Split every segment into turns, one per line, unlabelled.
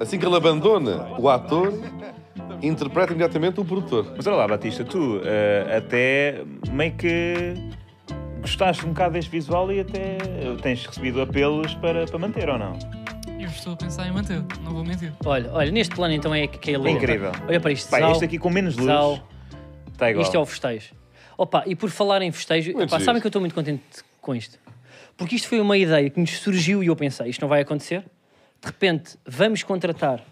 Assim que ele abandona o ator, interpreta imediatamente o produtor.
Mas olha lá, Batista, tu eh, até meio que gostaste um bocado deste visual e até tens recebido apelos para, para manter ou não?
Eu estou a pensar em manter, não vou mentir.
Olha, olha, neste plano então é que é louco.
Incrível.
Olha para isto.
Pá,
sal,
este aqui com menos luz
sal.
está igual.
Isto é o festejo. Opa, e por falar em festejo,
Muito
opa,
giro.
sabem que eu estou muito contente com isto. Porque isto foi uma ideia que nos surgiu e eu pensei, isto não vai acontecer. De repente, vamos contratar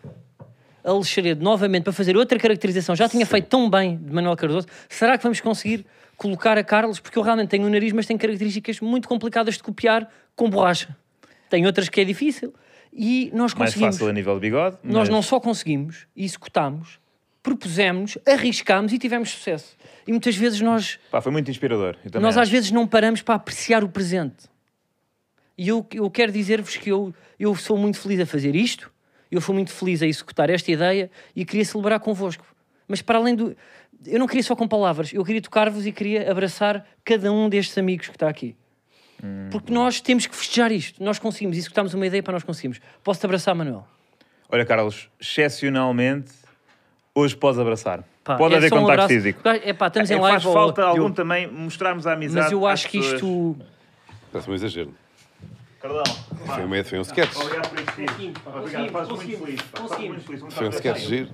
Alexaredo novamente para fazer outra caracterização. Já tinha feito tão bem de Manuel Cardoso. Será que vamos conseguir colocar a Carlos? Porque eu realmente tenho um nariz, mas tenho características muito complicadas de copiar com borracha. Tem outras que é difícil. E nós
Mais
conseguimos.
fácil a nível de bigode.
Nós
mas-
não só conseguimos, executámos, propusemos, arriscámos e tivemos sucesso. E muitas vezes nós,
Pá, foi muito inspirador. Eu também
nós às
acho.
vezes não paramos para apreciar o presente. E eu, eu quero dizer-vos que eu, eu sou muito feliz a fazer isto, eu fui muito feliz a executar esta ideia e queria celebrar convosco. Mas para além do. Eu não queria só com palavras, eu queria tocar-vos e queria abraçar cada um destes amigos que está aqui.
Hum.
Porque nós temos que festejar isto. Nós conseguimos, executámos uma ideia para nós conseguimos. Posso-te abraçar, Manuel?
Olha, Carlos, excepcionalmente, hoje podes abraçar.
Pá,
Pode
é
haver
só um
contacto
abraço.
físico.
É pá, estamos em
É,
live.
faz
ou-
falta algum
Eu-
também mostrarmos a amizade.
Mas eu
às
acho que
pessoas.
isto.
Parece um exagero.
Cardão, pá,
Foi, uma, foi um sketch.
obrigado por existir. Obrigado, faz muito
conseguimos,
feliz. pá, faz
conseguimos.
muito feliz. Muito
Foi um
obrigado.
sketch giro.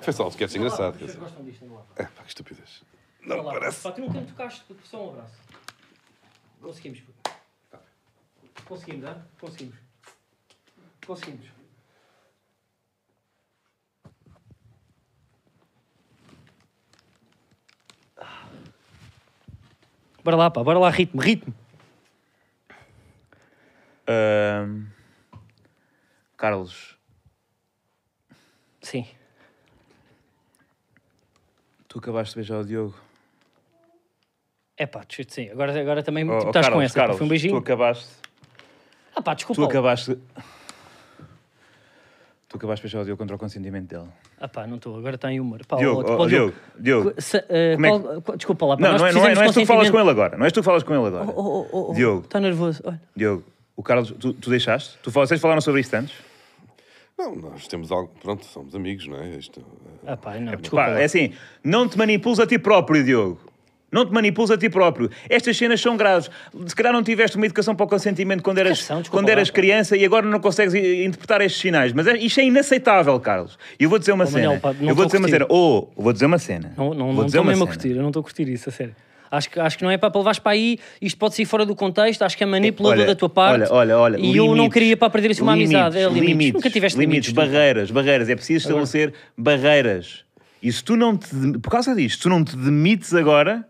Foi só um sketch engraçado. Quer dizer.
gostam disto, não
É, pá, que estupidez.
Não parece. Pá, tu nunca me tocaste, só um abraço. Conseguimos. puto. Conseguimos, ah? Conseguimos. Conseguimos. Bora lá, pá, bora lá, ritmo, ritmo.
Ahm, Carlos,
Sim.
tu acabaste de beijar o Diogo.
É pá, sim, agora, agora também
Oh,
tipo,
oh,
estás com
Carlos,
essa. pá,
Carlos,
Foi um beijinho.
Tu acabaste,
Ah pá, desculpa.
tu
lá.
acabaste, tu acabaste de beijar o Diogo contra o consentimento dele.
Ah pá, não estou, agora está em humor. Pá,
Diogo,
ó,
oh,
ó,
Diogo, Diogo.
Qu- se- eh,
Como é que-
qual- qual- Desculpa lá, pá,
Não,
nós
não é, não, é, não és tu que falas com
precisamos
ele agora. Não és tu que falas com ele agora.
de consentimento. Oh, oh, oh, oh,
Diogo.
Está nervoso. Olha,
Diogo, o Carlos, tu, tu deixaste? Tu, fal- vocês falaram sobre isto antes?
Não, nós temos algo. Pronto, somos amigos, não é? Isto, eh,
ah pá, não, desculpa.
Pá,
lá.
é assim, não te manipules a ti próprio, Diogo. Não te manipules a ti próprio. Estas cenas são graves. Se calhar não tiveste uma educação para o consentimento quando eras,
Educação, desculpa
quando eras
lá, pá.
criança e agora não consegues i- interpretar estes sinais. Mas é- isto é inaceitável, Carlos. E eu vou dizer uma cena.
Manel, pá, não
eu
estou
vou
a
dizer uma
curtir.
cena. Oh, eu vou dizer uma cena. vou
Não, não, não
dizer
estou
uma
mesmo a
cena.
curtir, eu não estou a curtir isso, a sério. Acho que, acho que não é pá, para levares para aí, isto pode sair fora do contexto, acho que é manipulador
Olha,
da tua parte.
Olha, olha, olha.
E eu não
limites,
queria para perder assim uma amizade. É limites. Nunca tiveste limites. tu.
barreiras, barreiras. É preciso estabelecer barreiras. E se tu não te. dem- Por causa disto, se tu não te demites agora,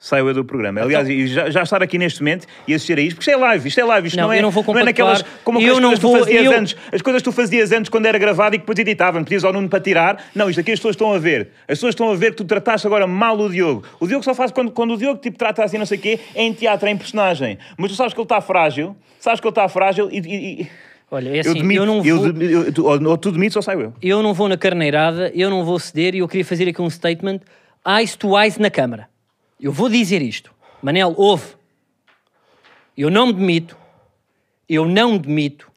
saio eu do programa.
Então-
Aliás, e já, já estar aqui neste momento e assistir a isto, porque isto é live, isto é live, isto não,
Não,
é,
eu não vou
é
compactuar.
naquelas. Como
Eu
as
não
coisas que
vou-
tu fazias
eu-
antes. As coisas que tu fazias antes quando era gravado e que depois editavam, pedias ao Nuno para tirar. Não, isto aqui as pessoas estão a ver. As pessoas estão a ver que tu trataste agora mal o Diogo. O Diogo só faz quando, quando o Diogo tipo, trata assim, não sei o quê, é em teatro, é em personagem. Mas tu sabes que ele está frágil, sabes que ele está frágil e. e- e-
Olha, é assim, eu,
demito-
não vou.
eu demi- eu- tu- ou, ou tu demites ou saio eu.
eu não vou na carneirada, eu não vou ceder e eu queria fazer aqui um statement eyes to eyes na Câmara. Eu vou dizer isto. Manel, ouve. Eu não me demito. Eu não me demito.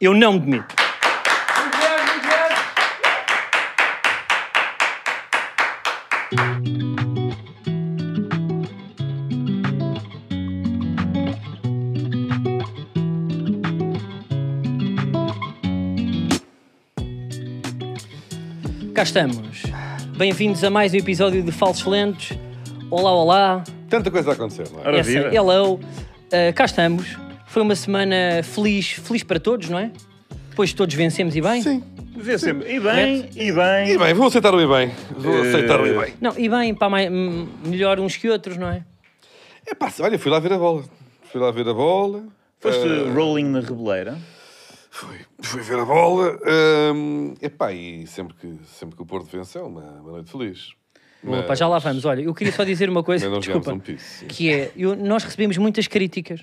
Eu não me demito. Cá estamos. Bem-vindos a mais um episódio de Falsos Lentos. Olá, olá.
Tanta coisa a acontecer, não é?
Ora,
Essa,
viva.
hello. Uh, cá estamos. Foi uma semana feliz, feliz para todos, não é? Pois todos vencemos e bem.
Sim.
Vê sempre. E bem, e bem.
E bem, vou aceitar o e bem. Vou
Eh,
aceitar o e bem.
Não, e bem, pá, mais, hum, melhor uns que outros, não é?
É pá, olha, fui lá ver a bola. Fui lá ver a bola.
Foste
eh,
rolling na reboleira.
Fui, fui ver a bola. hum, Epá, e sempre que, sempre que o Porto venceu, uma, uma noite feliz.
Boa, pá, já lá vamos. Olha, eu queria só dizer uma coisa,
Mas nós ganhamos
desculpa,
um piso.
que é, eu- nós recebemos muitas críticas,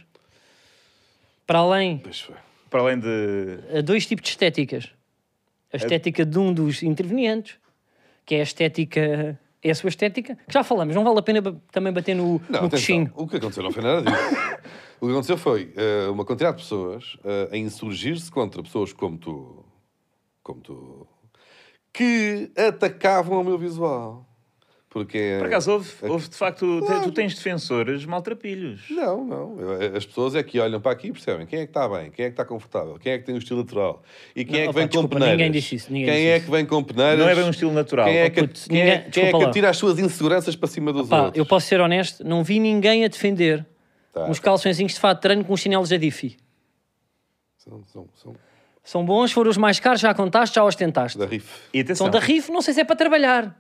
para além
Pois foi.
Para além de.
a dois tipos de estéticas.
É
A estética de um dos intervenientes, que é a estética, é a sua estética, que já falamos, não vale a pena ba- também bater no,
Não, atenção,
no Um coxinho.
o que aconteceu não foi nada disso. o que aconteceu foi eh, uma quantidade de pessoas eh, a insurgir-se contra pessoas como tu, como tu, que atacavam o meu visual. Porque é-
Por acaso, houve,
é-
houve, de facto, te- tu tens defensores maltrapilhos.
Não, não. Eu- As pessoas é que olham para aqui e percebem quem é que está bem, quem é que está confortável, quem é que tem um estilo natural e quem
Não,
é que
opa,
vem
desculpa,
com peneiras.
ninguém disse isso, ninguém
quem
disse
é
isso.
que vem com peneiras?
Não é bem um estilo natural.
Quem é
Ó,
que,
puto,
quem é-
Oh, ninguém-
quem é
desculpa
que
lá.
atira as suas inseguranças para cima dos
Pá,
outros?
eu posso ser honesto, não vi ninguém a defender
Tá,
uns
tá.
calçõezinhos de fato de treino com uns chinelos da Diffie.
São, são, são
São bons, foram os mais caros, já contaste, já os tentaste.
da RIF.
E atenção,
São da RIF, não sei se é para trabalhar.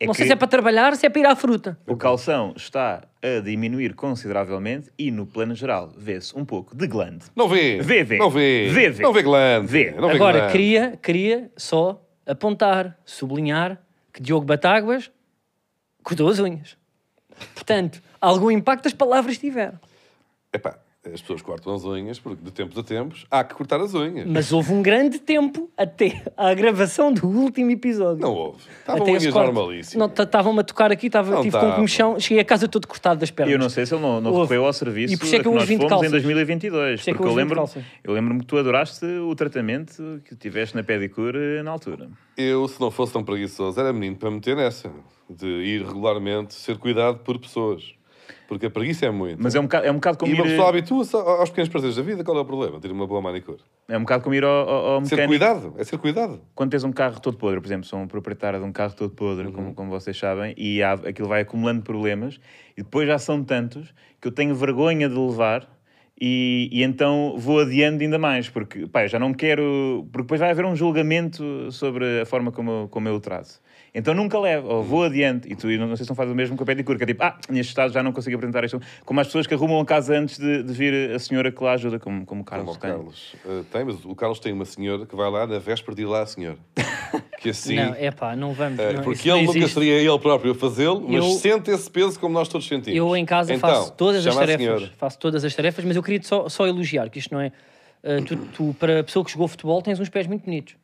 É
não sei
que-
se é para trabalhar, se é para ir à fruta.
o calção está a diminuir consideravelmente e, no plano geral, vê-se um pouco de glande.
Não vê.
Vê, vê.
Não vê.
Vê, vê.
Não vê glande.
Vê.
Não vê
Agora,
glande.
queria, queria só apontar, sublinhar que Diogo Batáguas cortou as unhas. Portanto, algum impacto as palavras tiveram.
Epá, as pessoas cortam as unhas, porque de tempos a tempos há que cortar as unhas.
Mas houve um grande tempo até à gravação do último episódio.
Não houve. Estavam
Até
unhas
esse corte. Não,
normalíssimas.
t- Estavam-me a tocar aqui, estava,
Não
tive
estavam.
com um comichão, cheguei a casa todo cortado das
E
pernas.
Eu não sei se ele não, não
Houve.
recorreu ao serviço
E por isso é que eu
nós
uso 20
fomos em
calças.
2022.
Por isso é que
porque eu
eu uso 20
lembro,
calças.
eu lembro-me que tu adoraste o tratamento que tiveste na pedicure na altura.
Eu, se não fosse tão preguiçoso, era menino para meter nessa. De ir regularmente, ser cuidado por pessoas. Porque a preguiça é muito.
Mas é um bocado, é um
E
bocado como
uma
ir,
pessoa habitua-se aos pequenos prazeres da vida. Qual é o problema? Ter uma boa manicure.
é um bocado como ir ao, ao- ao
Ser
Um mecânico.
cuidado. É ser cuidado.
Quando tens um carro todo podre, por exemplo, sou um proprietário de um carro todo podre, como, como vocês sabem, e há, aquilo vai acumulando problemas, e depois já são tantos que eu tenho vergonha de levar. E, e então vou adiando ainda mais, porque pá, eu já não quero. Porque depois vai haver um julgamento sobre a forma como eu, como eu o trato. Então nunca levo, ou vou adiante. E tu e não, não sei se não fazes o mesmo com a pedicure, que é tipo, ah, neste estado já não consigo apresentar isto. Como as pessoas que arrumam a casa antes de, de vir a senhora que lá ajuda, como, como
Como
o Carlos
o
tem.
Carlos. Ah, tem, mas o Carlos tem uma senhora que vai lá na véspera de ir lá à senhora. Que assim...
Não, é pá, não vamos.
ah,
não, isso
porque
não
ele nunca
existe.
seria ele próprio a fazê-lo, mas
Eu-
sente esse peso como nós todos sentimos.
Eu em casa
Então,
faço todas as
chama a
tarefas.
senhora.
Faço todas as tarefas, mas eu queria só, só elogiar que isto não é. ah, tu, tu, para a pessoa que jogou futebol, tens uns pés muito bonitos.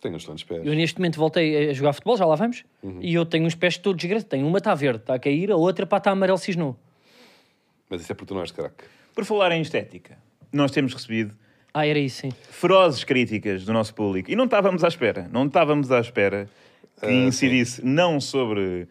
Tenho os tantos pés.
Eu neste momento voltei a jogar futebol, já lá vamos,
Uhum.
e eu tenho uns pés todos desgraçados. Tenho uma está verde, está a cair, a outra pá, está amarelo cisnou.
Mas isso é porque tu não és craque.
Por falar em estética, nós temos recebido
Ah, era isso, sim.
ferozes críticas do nosso público. E não estávamos à espera. Não estávamos à espera que
Ah,
incidisse não sobre.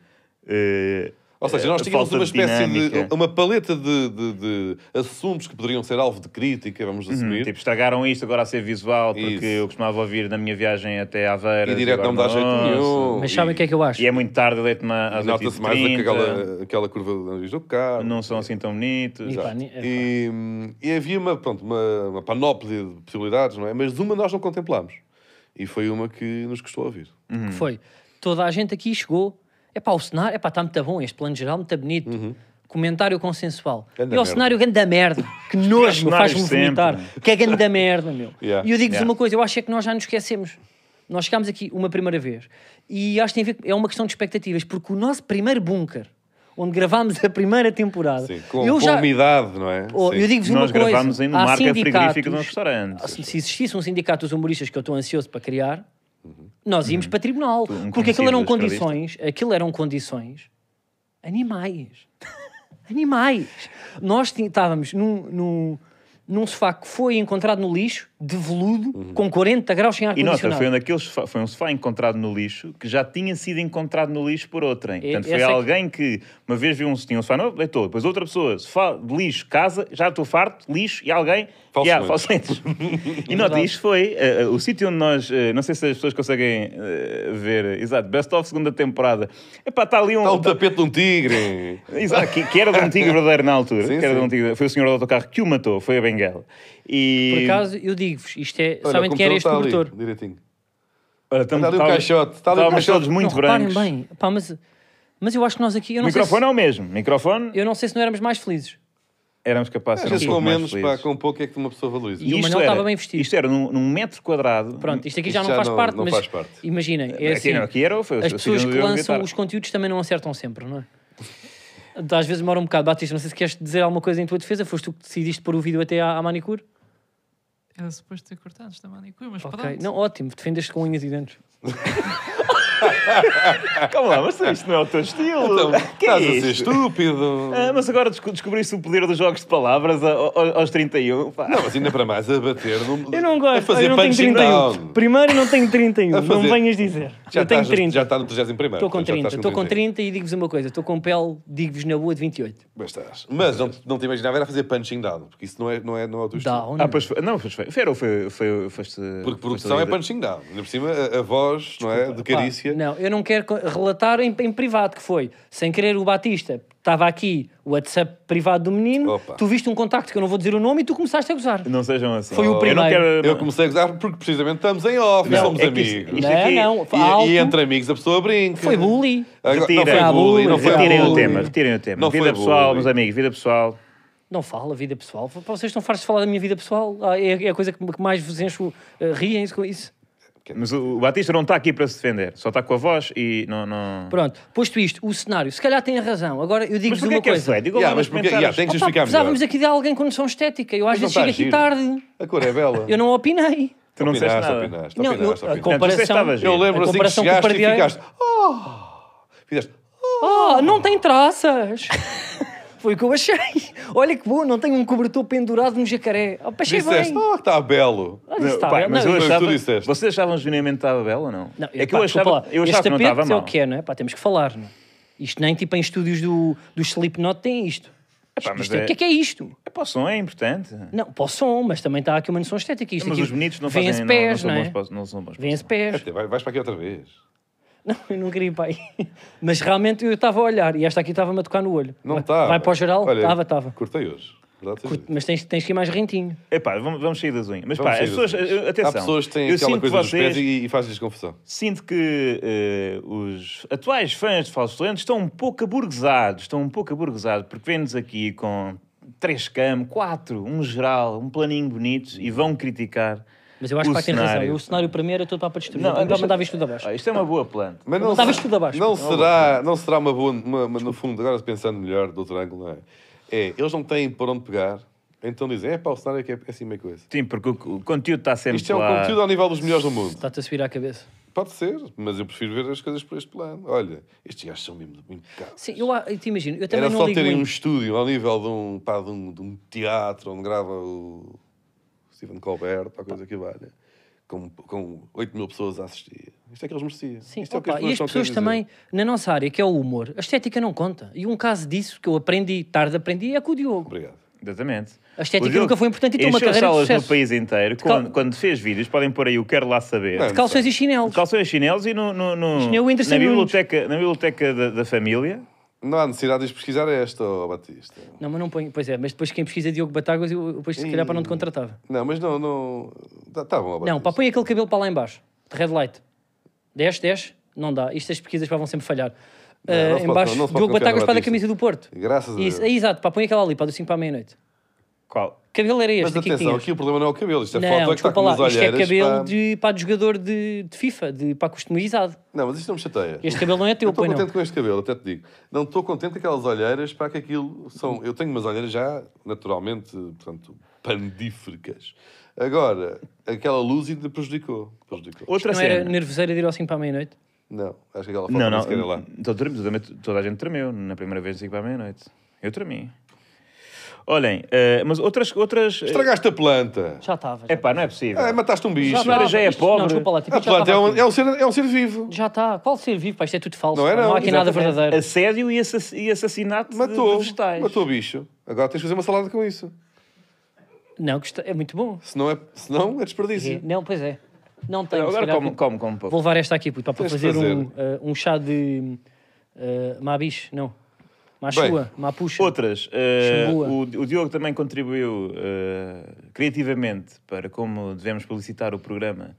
eh,
Ou seja, nós
a
tínhamos
falta
uma espécie
dinâmica.
de. um uma paleta de, de- de assuntos que poderiam ser alvo de crítica, vamos assumir.
Tipo, estragaram isto agora a ser visual, porque
um Isso.
eu costumava ouvir na minha viagem até Aveira.
e direto não me dá jeito nenhum.
Mas sabem o que é que eu acho?
E é muito tarde, deito-me
E
às
Nota-se mais
8h30,
aquela, aquela curva do nariz do carro.
Tipo, Não são assim tão bonitos.
E pá,
Exato.
ni- é pá.
E, hum, e havia uma, pronto, uma, uma panóplia de possibilidades, não é? Mas uma nós não contemplámos. E foi uma que nos custou ouvir.
que foi. Toda a gente aqui chegou. É pá, o cenário, é pá, está muito bom, este plano geral, muito bonito. Comentário consensual.
Uhum. Ganda
e ao
meu.
cenário, ganda merda. Que nojo, meu,
cenários
faz-me
sempre,
vomitar.
meu.
Que é ganda merda, meu.
Yeah.
E eu digo-vos
Yeah.
uma coisa, eu acho é que nós já nos esquecemos. Nós chegámos aqui uma primeira vez. E acho que tem a ver, é uma questão de expectativas, porque o nosso primeiro bunker, onde gravámos a primeira temporada,
Sim, com,
eu
com
já.
umidade, não é?
Oh,
Sim.
eu digo-vos uma
Nós
coisa.
gravámos em
há
marca frigorífica de um
sindicatos-
restaurante.
se se existisse um sindicato dos humoristas que eu estou ansioso para criar,
Uhum.
nós íamos para tribunal.
um
porque aquilo
conhecido
eram
da escravista.
condições, aquilo eram condições animais. animais. Nós tin- estávamos num, num, num sofá que foi encontrado no lixo, de veludo,
Uhum.
com 40 graus
E
sem
nota, foi um,
ar-condicionado.
daqueles sofá- foi um sofá encontrado no lixo que já tinha sido encontrado no lixo por outrem. Portanto, foi
essa é que-
alguém que uma vez viu um, tinha um sofá novo, deitou. Depois outra pessoa, sofá de lixo, casa, já estou farto, lixo, e alguém...
Falso
e há
lixo.
falso lixo. e nota,
Verdade.
isto foi eh, eh, o sítio onde nós... eh, não sei se as pessoas conseguem eh, ver. eh, exato, Best of segunda temporada. Epá, está ali um...
Está o tapete de um tigre.
Exato, que, que era de um tigre verdadeiro na altura.
Sim,
que era de um
sim.
tigre- foi o senhor do autocarro que o matou, foi a Benguela. E...
Por acaso, eu digo-vos, isto é.
Olha,
sabem
o
quem era este
computador está ali,
cobertor?
Direitinho.
Olha, estamos-
Está ali o
estávamos-
caixote, está ali o
estávamos
caixote.
todos muito
não, reparem
brancos.
bem. Pá, mas, mas eu acho que nós aqui. Eu não, sei se,
Microfone é o mesmo. Microfone,
eu não sei se não éramos mais felizes.
éramos capazes de
Às vezes
ser um
com
pouco mais
menos, pá,
felizes.
com pouco é que uma pessoa valoriza.
E o Manel
era-
estava bem vestido.
Isto era num, num metro quadrado.
Pronto, isto aqui já
Isto
não,
já
faz,
não-
parte,
não
mas
faz parte.
Imaginem, é
Aqui
assim,
não, aqui era, foi o
as
sítio
pessoas
onde
que
eu ia
lançam
estar.
os conteúdos também não acertam sempre, não é? Às vezes demora um bocado. Batista, não sei se queres dizer alguma coisa em tua defesa. Foste tu que decidiste pôr o vídeo até à, à manicure?
Era
É
suposto ter cortado esta manicure, mas
Ok.
pronto.
Não, ótimo. Defendeste com unhas e dentes.
Calma lá, mas isto não é o teu estilo.
Então,
que é
estás a ser
isto?
estúpido.
Ah, mas agora desco- descobriste o poder dos jogos de palavras a- a- aos 31. Pá.
Não, mas ainda para mais, a bater num...
Eu não
A
gosto.
fazer
eu não tenho
punching
31.
down.
Primeiro, não tenho 31.
A
Não
fazer-
venhas dizer.
Já
eu tenho
estás-
30.
Já está no 31
Estou com 30, estou com 30 e digo-vos uma coisa, estou com pele, digo-vos na boa de 28.
Mas estás. Mas não, não te imaginava era fazer punching down, porque isso não é, não é, não é o teu estilo.
Down.
Ah, pois foi. Não, pois foi. Fero foi. foi, foi,
Porque produção é punching down. Ainda por cima, a, a voz, não é? De
Pá,
carícia.
Não, eu não quero co- relatar em, em privado que foi. Sem querer, o Batista estava aqui, o WhatsApp privado do menino.
Opa.
Tu viste um contacto que eu não vou dizer o nome e tu começaste a gozar.
Não sejam assim.
Foi o
Eu não
primeiro.
quero.
Eu comecei a gozar porque precisamente estamos em off, e
Não,
somos
é que isto-
amigos.
isto
não,
aqui-
não.
E-
alto.
E, entre amigos a pessoa brinca.
Foi bullying.
Agora- não
Retirem,
foi bullying, não foi
retirem o
bullying.
tema, retirem o tema.
Não
vida
foi
pessoal,
bullying.
meus amigos, vida pessoal.
Não fala vida pessoal. Pá, Vocês estão fartos de falar da minha vida pessoal. Ah, É, é a coisa que que mais vos encho. eh, Riem-se com isso.
Mas o o Batista não está aqui para se defender, só está com a voz e não. não...
Pronto, posto isto, o cenário. Se calhar têm razão. Agora eu
Mas
digo-vos
porquê
uma
que é
coisa.
feio? Digo,
Yeah, mas
vamos
porque-
comentar
yeah,
isto.
tem que
Opa,
justificar
precisávamos
melhor.
aqui de alguém com noção estética. Eu às
Mas não
vezes chego
está
aqui
giro.
tarde.
A cor é bela.
Eu não opinei.
Tu não disseste
Opinaste,
nada.
opinaste,
Não,
opinaste,
eu, a
opinaste.
Não, tu disseste que
comparação.
estava giro.
é Eu lembro
a
assim que
comparação com o é-
chegaste e
Pardieiro-
ficaste... Oh! Fizeste...
Oh, não tem traças! Foi o que eu achei. Olha que bom, não tem um cobertor pendurado no jacaré. Oh, achei
Disseste...
bem.
Oh, que está belo. É,
Olha, isso está
Pá,
bem.
mas
Não,
eu
isso-
achava,
Mas tu disseste.
Vocês achavam genuinamente que estava bela ou não?
Não,
é que
pá,
eu achava,
desculpa lá,
eu
este
achava que não
tapete
estava mal.
é o que é, não é? Pá, temos que falar, não é? Isto nem tipo em estúdios do, dos Slipknot tem isto.
Epá, mas
Isto é-
é-
O que é que é isto?
É para o som, é importante.
Não, para o som, mas também está aqui uma noção estética. Isto
Mas
aqui
os bonitos não
vêem-se
fazem não-
pés,
não,
não,
são
é?
bons para, não são bons para-
Vêm-se pés.
Até vai- Vais para aqui outra vez.
Não, eu não queria ir para aí. Mas realmente eu estava a olhar e esta aqui estava-me a tocar no olho.
Não
Vai-
está.
Vai para o geral?
Olha,
Estava, estava.
Cortei hoje. Verdade seja dita.
Mas tens, tens que ir mais rentinho.
Epá, É vamos, vamos sair das unhas. Mas
Vamos
pá,
sair
as pessoas,
das unhas.
eh, atenção.
Há pessoas que têm
eu
aquela
sinto que
coisa dos
vocês,
pés e, e fazem-lhes confusão.
Sinto que eh, os atuais fãs de Falsos Talentos estão um pouco aburguesados, estão um pouco aburguesados, porque vêm-nos aqui com três cam, quatro, um geral, um planinho bonito e vão criticar
Mas eu acho
o
que pá, tem razão.
cenário.
Eu, o cenário para mim era todo para destruir.
Não,
Não, eu
deixa-
mandava isto tudo abaixo.
Ah, isto é uma boa planta.
Mas
Não estava isto tudo abaixo.
Não será, não será uma boa. uma- uma- no fundo, agora pensando melhor, do outro ângulo, não é? É, eles não têm por onde pegar, então dizem, é pá, o cenário é que é, é assim meio coisa.
Sim, porque o, o conteúdo está sempre
Isto é um
lá.
conteúdo ao nível dos melhores do mundo.
Está-te a subir à cabeça.
Pode ser, mas eu prefiro ver as coisas por este plano. Olha, estes gajos são mesmo impecáveis.
Sim, eu, eu te imagino. Eu também
Era
não
só
ligo
terem um
muito.
estúdio ao nível de um, pá, de um, de um teatro onde grava o Stephen Colbert, ou coisa que valha, com, com 8 mil pessoas a assistir. Isto é que eles mereciam.
Sim,
Isto é o que
opa, e as
estão a querer
pessoas
dizer.
também, na nossa área, que é o humor, a estética não conta. E um caso disso que eu aprendi, tarde aprendi, é com o Diogo.
Obrigado.
Exatamente.
A estética
O Diogo
nunca foi importante e tem uma
encheu
carreira de
salas no
sucesso.
país inteiro.
cal-
Quando, quando fez vídeos, podem pôr aí o Quero Lá Saber.
Não.
Calções e chinelos.
Calções chinelos e no, no, no-
Isto nem o Anderson
na
Nunes.
biblioteca, na biblioteca da, da família.
Não há necessidade de pesquisar esta, ó Batista.
Não, mas não ponho. Pois é, mas depois quem pesquisa Diogo Batáguas, eu eu depois se calhar para não te contratava.
Não, mas não, não. Tá, tá bom, ó Batista.
Não, pá, põe aquele cabelo para lá em baixo. De red light. 10, 10. Não dá. Isto as pesquisas pá, vão sempre falhar.
Não, não
Ah,
se pode-
em baixo,
não se pode
Diogo
confiar no
Batáguas para da
Batista.
camisa do Porto.
Graças a
Isso,
Deus.
é, exato, pá, põe aquela ali, pá, do 5 para a meia-noite.
Qual?
Cabelo era este.
Mas
aqui que
atenção,
tinhas.
aqui o problema não é o cabelo. Isto é
não,
foto é que está
desculpa
com
lá,
umas olheiras.
isto é cabelo
pá.
de, pá, de jogador de, de FIFA, de, pá, customizado.
Não, mas isto não me chateia.
Este cabelo não é teu,
Eu estou
pois não.
contente com este cabelo, até te digo. Não estou contente com aquelas olheiras, para que aquilo são. Eu tenho umas olheiras já naturalmente, portanto, pandíferas. Agora, aquela luz ainda prejudicou. prejudicou.
Outra
Não
cena.
era nervoseira de ir ao 5 para a meia-noite?
Não, acho que aquela foto
Não,
não,
não.
sequer é lá.
Então, tremeu, também toda a gente tremeu na primeira vez de 5 para a meia-noite. Eu tremi. Olhem, eh, mas outras. outras
Estragaste a planta.
Já estava. já
É pá, não é possível.
Ah, mataste um bicho.
Já
senhora
estava.
já é
Isto-
pobre.
Não, desculpa lá, tipo,
A
isto já
planta é
estava
um,
aqui.
é um ser, é um ser vivo.
Já está. Qual ser vivo? Pá, isto é tudo falso.
Não
Não,
é, não,
há aqui nada
exatamente.
verdadeiro.
Assédio e, assass- e assassinato de- de
Matou.
vegetais.
Matou o bicho. Agora tens de fazer uma salada com isso.
Não, que isto é muito bom.
Senão é, senão é desperdício.
Não, pois é. Não tenho. se
Agora
calhar,
como,
vou-
como, como um pouco.
Vou levar esta aqui, puto, pá, para
Tens de
fazer, um,
fazer.
eh, um chá de uh, mabiche. Não. Machua, mapuxa.
Outras. eh,
Xambua.
o, o Diogo também contribuiu eh, criativamente para como devemos publicitar o programa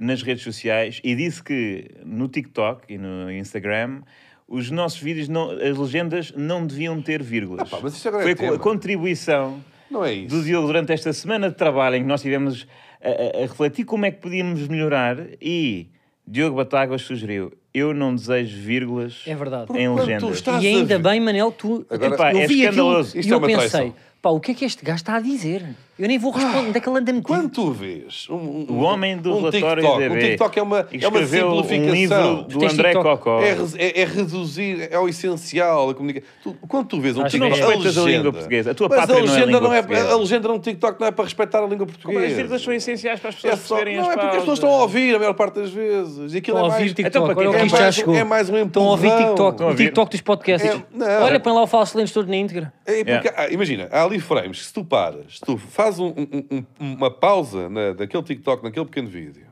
nas redes sociais e disse que no TikTok e no Instagram os nossos vídeos, não, as legendas não deviam ter vírgulas.
Ah pá, mas isto agora é
Foi a
tema.
co- a contribuição
Não é isso.
do Diogo durante esta semana de trabalho em que nós tivemos a, a- a refletir como é que podíamos melhorar e Diogo Batáguas sugeriu eu não desejo vírgulas
É verdade.
em
Quando tu
legendas.
estás
E
a
ainda
ver-
bem, Manel, tu.
Agora-
tu-
Epá,
eu
é
vi aquilo
escandaloso.
e
Isto é
eu
uma
pensei,
traição. Ah,
pá, o que é que este gajo está a dizer? Eu nem vou responder, onde é que ele anda metido?
Quando tu vês um, um-
O homem do
um
relatório
TikTok,
DB
um TikTok é uma, é uma
escreveu
simplificação.
um livro do
tens
André
TikTok?
Cocó.
É, res- é- é reduzir é o essencial da comunicação. Tu- quando tu vês um
Acho que
TikTok,
não
respeitas a
legenda-
língua portuguesa. A tua
mas
pátria não é a
legenda
língua
não é
portuguesa.
a legenda num TikTok não é para respeitar a língua
Como é que as
portuguesa.
siglas são essenciais para as
É
pessoas
só,
perceberem
não é
as
porque as pessoas
pausas?
estão a ouvir a maior parte das vezes. E aquilo
Estão a
é
ouvir
mais.
TikTok,
Então, para quem
olha o
quer-
que isto
é
já
mais-
chegou.
é mais um
Estão a ouvir
empurrão.
TikTok,
Estão a
o
ouvir.
TikTok dos podcasts.
É, não.
Olha, põe lá o falso lentes todo na íntegra.
É porque,
Yeah.
ah, imagina, há ali frames que se tu paras, se tu fazes um- um- um- uma pausa na, naquele TikTok, naquele pequeno vídeo,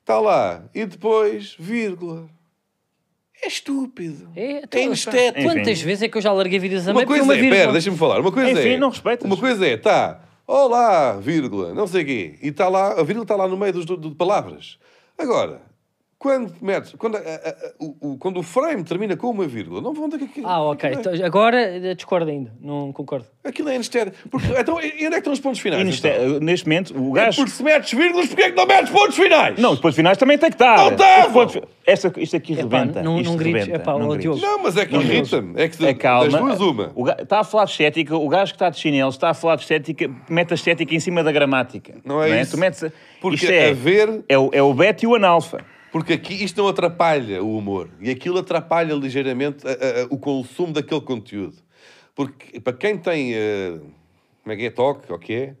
está lá, e depois, vírgula. É estúpido.
É, então,
é inestético.
Quantas
Enfim.
vezes é que eu já larguei vídeos a
Uma
meio porque
coisa
uma
é, pera,
vírgula...
deixa-me falar. Uma coisa
Enfim,
é,
não respeitas.
Uma coisa é, tá, olá, vírgula, não sei o quê. E está lá, a vírgula está lá no meio dos, do- de palavras. Agora, quando metes, quando, a- a- a- o, o- quando o frame termina com uma vírgula, não é? vão ter que...
Ah, ok. Então, agora eh, discordo ainda. Não concordo.
Aquilo é anestético. Porque, então, e e onde é que estão os pontos finais?
E neste,
então?
eh, neste momento, o
É
gajo.
porque se metes vírgulas, porque é que não metes pontos finais?
Não, os pontos finais também tem que estar.
Não dá!
Os pontos- Esta, isto aqui
Epá,
rebenta.
não-
isto
não grites.
rebenta,
Epá,
não
ó,
grites.
Diogo.
Não, mas é que irrita-me. É que se-
Acalma.
das duas, uma.
O ga- está a falar de estética, o gajo que está de chinelo está a falar de estética, mete a estética em cima da gramática.
Não é isso.
Tu metes a-
Porque
isto é,
a ver-
é, o, é o Beto e o Analfa.
Porque aqui isto não atrapalha o humor. E aquilo atrapalha ligeiramente a- a- a- o consumo daquele conteúdo. Porque para quem tem. eh, como é que é? Toque, ou o que é?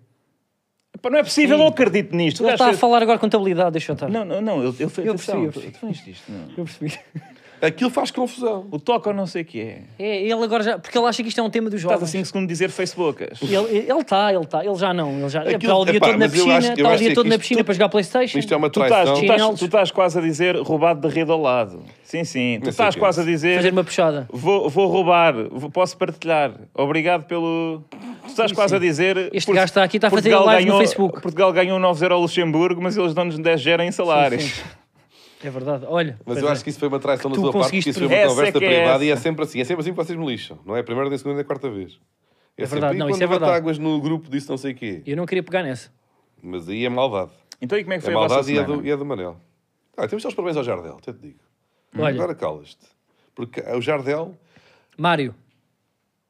Epá, Não é possível, eu acredito nisto. O
Ele
gajo
está a
fez-
falar agora de contabilidade, deixa eu estar.
Não, não, não, ele, ele fez
Eu
atenção,
percebi, eu percebi.
tu- tu viste isto, não.
Eu percebi.
Aquilo faz confusão.
O toque ou não sei o que é.
É, ele agora já... Porque ele acha que isto é um tema dos jovens.
Estás a
assim.
5 segundos de dizer Facebookas.
Ele ele está, ele está. Ele já não. Ele já...
Aquilo-
Está o dia
epá,
todo na
mas eu
piscina.
acho- eu
Está o
acho é
dia
que
todo na
isto
piscina
tudo-
para jogar Playstation.
Isto é uma
Tu estás,
traição.
tu, estás,
Chinelos.
tu estás quase a dizer roubado de rede ao lado. Sim, sim.
Não
Tu
sei
estás
o quê.
quase a
Fazer
dizer
uma puxada.
vou, vou roubar, vou- posso partilhar. Obrigado pelo. Tu estás quase a dizer.
Este
Por-
gajo está aqui, está a fazer
Portugal
live no
ganhou-
Facebook.
Portugal ganhou 9-0 ao Luxemburgo, mas eles dão-nos 10-0 em salários.
Sim, É verdade. Olha.
Mas
pois
eu
é.
acho que isso foi uma traição da
Tu
sua parte,
conseguiste
porque isso foi uma
prever.
conversa
Essa é que é
privada e é
essa.
sempre assim. É sempre assim que vocês me lixam. Não é a primeira, nem a segunda, nem a quarta vez. É, sempre,
verdade,
"E
não,
quando
isso é
bate
verdade.
águas no grupo disse não sei o quê.
Eu não queria pegar nessa.
Mas aí é maldade.
Então e como é
É
que foi a vossa
maldade e é,
semana?
do, e é do Manel. Ah, temos só os parabéns ao Jardel, até te digo.
Olha.
Agora calas-te. Porque o Jardel,
Mário,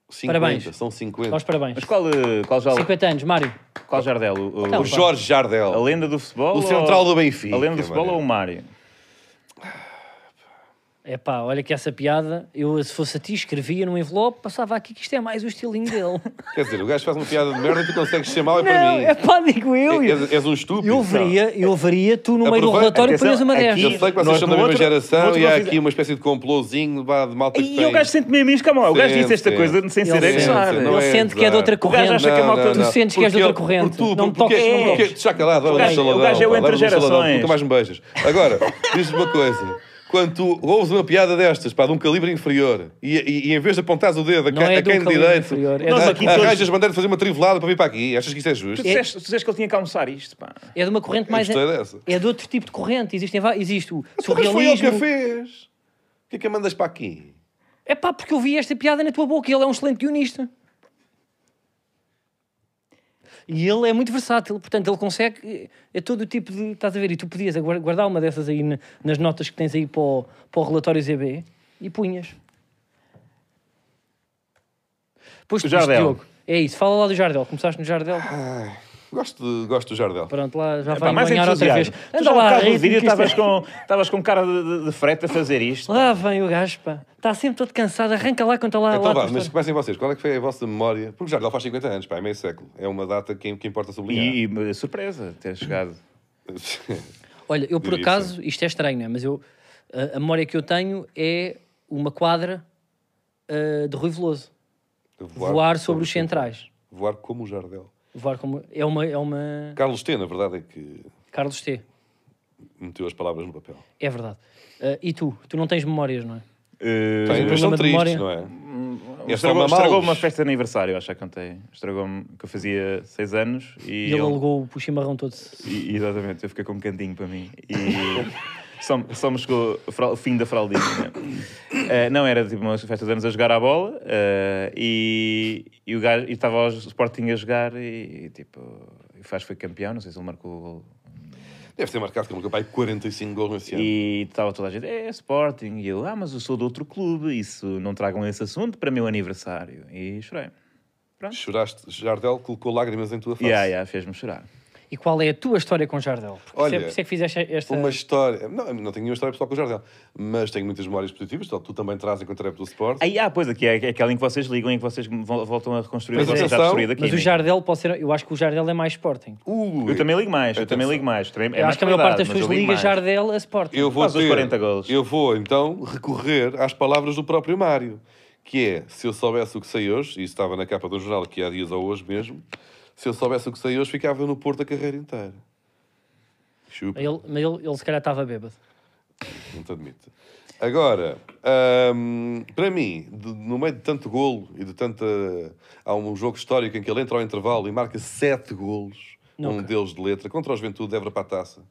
50,
Parabéns.
são 50.
aos parabéns.
Mas qual, eh, qual, já,
50 anos, Mário.
qual Jardel? O, o-
Então,
O Jorge Jardel.
a lenda do futebol?
O
ou-
central do Benfica,
A lenda do futebol um-
mano.
ou o Mário?
É pá, olha que essa piada, eu se fosse a ti, escrevia num envelope, passava aqui que isto é mais o estilinho dele.
Quer dizer, o gajo faz uma piada de merda e tu consegues ser mau é para
não,
mim.
é pá, digo eu.
É- és, és um estúpido.
eu veria, eu veria tu no meio do
Aproveita-
relatório e
atenção,
punhas uma
aqui-
10.
Eu sei que
Nós
vocês são da
no
mesma
outro- no
geração
outro
e há
não
aqui
fiz-
uma espécie de complôzinho vá, de malta que
E o
tem.
gajo sente mesmo isto, calma lá, O gajo
Sente,
disse esta
sente.
coisa sem ser
Ele sente.
acusado.
Não é- Ele sente que é de outra
exato.
corrente.
O gajo acha que é malta-
Não, não,
Tu
não.
sentes que és de
Porque
outra
ele-
corrente.
por tu,
Não me
porque- é
toques.
porque- porque- Já calado, vai
O
lá no
gajo- o
saladão.
gajo é o
pá,
entre
leva-me no saladão,
gerações.
Nunca mais me beijas. Agora, diz-me uma coisa. Quando tu ouves uma piada destas, pá, de um calibre inferior, e, e- e em vez de apontares o dedo a,
Não
quem-
é
a
de um
quem de
calibre
direito,
inferior, é
de- Nós aqui todos-
arranjas bandeira de fazer uma trivelada para vir para aqui. Achas que isso é
Tu
justo?
disseste, tu disseste que ele tinha que almoçar isto, pá.
É de uma corrente mais.
gostei dessa. Então,
É de outro tipo de corrente. Existem, va- existe o
Mas foi ele que a
surrealismo.
fez. O que é que a mandas para aqui?
É pá, porque eu vi esta piada na tua boca e ele é um excelente guionista. E ele é muito versátil, portanto, ele consegue. É todo o tipo de. Estás a ver? E tu podias aguar- guardar uma dessas aí na- nas notas que tens aí para o, para o relatório ZB e punhas. Pois tu diste,
Jardel. Ah.
Diogo. É isso, fala lá do Jardel. Começaste no Jardel.
Gosto, de- gosto do Jardel.
Pronto, lá já
É Pá,
vai
mais
ganhar outra vez.
entusiasmo. Tu
Anda
já
lá,
estavas no
ritmo,
vídeo,
que isto é-
estavas com, estavas com cara de, de, de frete a fazer isto.
Lá vem o gajo, pá. Está sempre todo cansado. Arranca lá, conta lá. lá
Então
a tua
vá, mas
história.
comecem vocês. Qual é que foi a vossa memória? Porque Jardel faz 50 anos, pá, é meio século. É uma data que, que importa sublinhar.
E, e, surpresa ter chegado.
Olha, eu por
Diria
acaso, isto é estranho, não é? Mas eu, a, a memória que eu tenho é uma quadra ah, de Rui Veloso. Voar, sobre os centrais.
Voar como o Jardel.
Voar como... É uma, é uma...
Carlos T, na verdade, é que
Carlos T.
meteu as palavras no papel.
É verdade. Ah, e tu? Tu não tens memórias, não é?
Eh,
Tem, mas são
problema de
tristes,
memória.
não é? É só
Hum, estragou-
mamá-los.
Estragou-me uma festa de aniversário, eu acho que já contei. Estragou-me que eu fazia 6 anos
E
e.
ele
ele-
alegou o chimarrão todo.
e- exatamente, eu fiquei com um cantinho para mim. E só, me- só me chegou o fra- o fim da fraldinha. Eh, não, era tipo uma festa de anos a jogar à bola eh, e, e o gajo e estava o Sporting a jogar e, tipo. E o Faz foi campeão, não sei se ele marcou o gol
Deve ser marcado como que pai 45 gols nesse ano.
E estava toda a gente, é Sporting. E eu, ah, mas eu sou de outro clube, isso não tragam esse assunto para meu aniversário. E chorei. Pronto.
Choraste, Jardel colocou lágrimas em tua face.
Yeah, yeah, fez-me chorar.
E qual é a tua história com Jardel? Porque
Olha,
se é, por isso é que fizeste esta.
Uma história. Não, não tenho nenhuma história pessoal com o Jardel, mas tenho muitas memórias positivas. Então, tu também traz enquanto rap do Sport.
Aí, ah, pois, aqui é é aquela em que vocês ligam, em que vocês vol- voltam a reconstruir a
Mas
vossa já
atenção,
destruída aqui. né?
Mas o Jardel pode ser. Eu acho que o Jardel é mais Sporting.
Ui,
Eu também ligo mais, eu
Atenção.
também ligo mais. Também, é
eu
mais
acho que a maior parte das
verdade, mas
pessoas
eu ligo
liga
mais.
Jardel a Sporting.
Eu vou
Quase os
ter,
40 golos.
Eu vou então recorrer às palavras do próprio Mário, que é se eu soubesse o que sei hoje, e isso estava na capa do jornal que há dias ou hoje mesmo, se eu soubesse o que sei hoje, ficava no Porto a carreira inteira. Chupa,
Ele, mas ele, ele se calhar estava bêbado.
não te admito. Agora, hum, para mim, de- no meio de tanto golo e de tanta. Há um jogo histórico em que ele entra ao intervalo e marca sete golos, um
Nunca.
deles de letra, contra o Juventude, de Évora para a taça.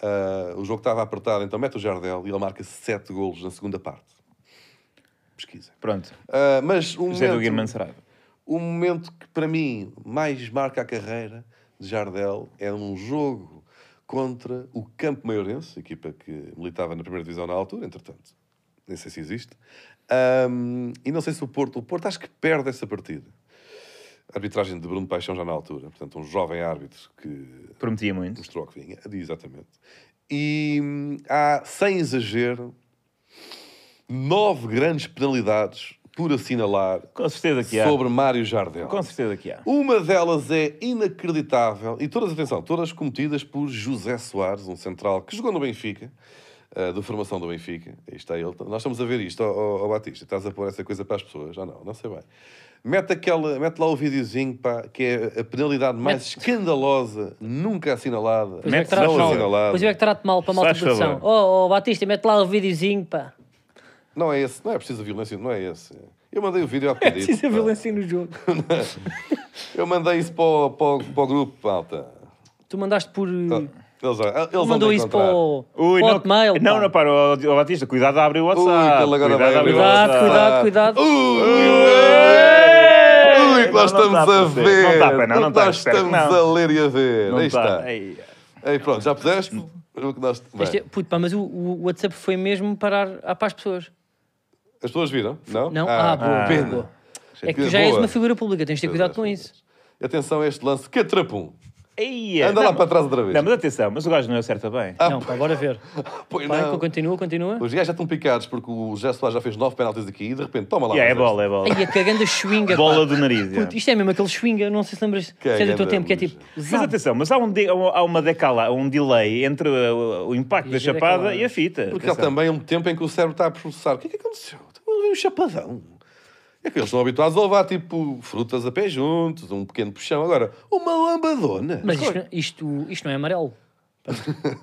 Ah, o jogo estava apertado, então mete o Jardel e ele marca sete golos na segunda parte. Pesquisa.
Pronto,
Ah, mas um
José do Guirman
momento,
Saraiva.
o momento que para mim mais marca a carreira de Jardel é um jogo contra o Campo Maiorense, equipa que militava na primeira divisão na altura, entretanto, nem sei se existe. Ahm, e não sei se o Porto, o Porto acho que perde essa partida. Arbitragem de Bruno Paixão já na altura, portanto, um jovem árbitro que
Prometia muito.
mostrou que vinha, exatamente. E hum, há, sem exagero, nove grandes penalidades por assinalar
Com certeza que há.
sobre Mário Jardel.
Com certeza que há.
Uma delas é inacreditável, e todas, atenção, todas cometidas por José Soares, um central que jogou no Benfica, ah, da formação do Benfica. Aí está ele. Nós estamos a ver isto, ó ó- ó Batista, estás a pôr essa coisa para as pessoas? Ah, não, não sei bem. Mete, aquela, mete lá o videozinho pá, que é a penalidade mais escandalosa, nunca assinalada.
Pois eu é que
Mete-se
trato
não
na
mal.
assinalada.
Pois eu é que trato mal para a malta de
Faz favor.
produção. Oh, oh, Batista, mete lá o videozinho, pá.
Não é esse, não é preciso a violência, não é esse. Eu mandei o vídeo há bocadinho.
Precisa
pá.
É violência no jogo.
Eu mandei isso para o, para o- para o grupo, malta.
Tu mandaste por.
Tá. Eles, eles
mandou
vão
isso para o,
Ui,
para o
não,
Hotmail.
não,
pá.
não, para, ó, ó, Batista, cuidado a abrir o
Ui,
WhatsApp.
aquele agora vai
a
abrir
abrir o
Cuidado,
WhatsApp.
cuidado, cuidado.
Ui,
Ei!
ui, que nós
Não, não
estamos
dá
a
para ser.
ver.
Não dá para não, não tá,
nós
espero que
estamos
não.
a ler e a ver. Aí
tá.
está.
Ei,
Aí pronto, já puseste? O que nós- bem,
Este é- puto, pá, mas o, o WhatsApp foi mesmo parar ah, para as pessoas.
As pessoas viram? Não?
Não? Ah, boa,
pena.
boa.
Achei
É que tu já és
boa.
uma figura pública, tens de ter cuidado com isso.
Atenção a este lance. Que atrapum.
ei,
Anda
é. não,
lá para trás outra vez.
Não, mas atenção, mas o gajo não acerta bem.
Ah,
não, pá, bora ver.
Pois
Vai,
não.
continua, continua.
Os gajos já estão picados porque o José Soares já fez nove penaltis aqui e de repente, toma lá.
E é
José.
bola, é bola.
Ai, a cagando a swinga.
Bola do nariz.
Puto,
é.
isto é mesmo aquele swinga, não sei se lembras se é do teu
Cagando
tempo, que é
a
tipo.
Mas
zap.
atenção, mas há, um de- há uma decala, um delay entre uh, o, o impacto
E
da
a é
chapada
decalada.
e a fita.
Porque há
Atenção.
também um tempo em que o cérebro está a processar. O que é que aconteceu? Eu vi um chapadão. É que eles são habituados a levar, tipo, frutas a pé juntos, um pequeno puxão. Agora, uma lambadona.
Mas isto, isto, isto não é amarelo.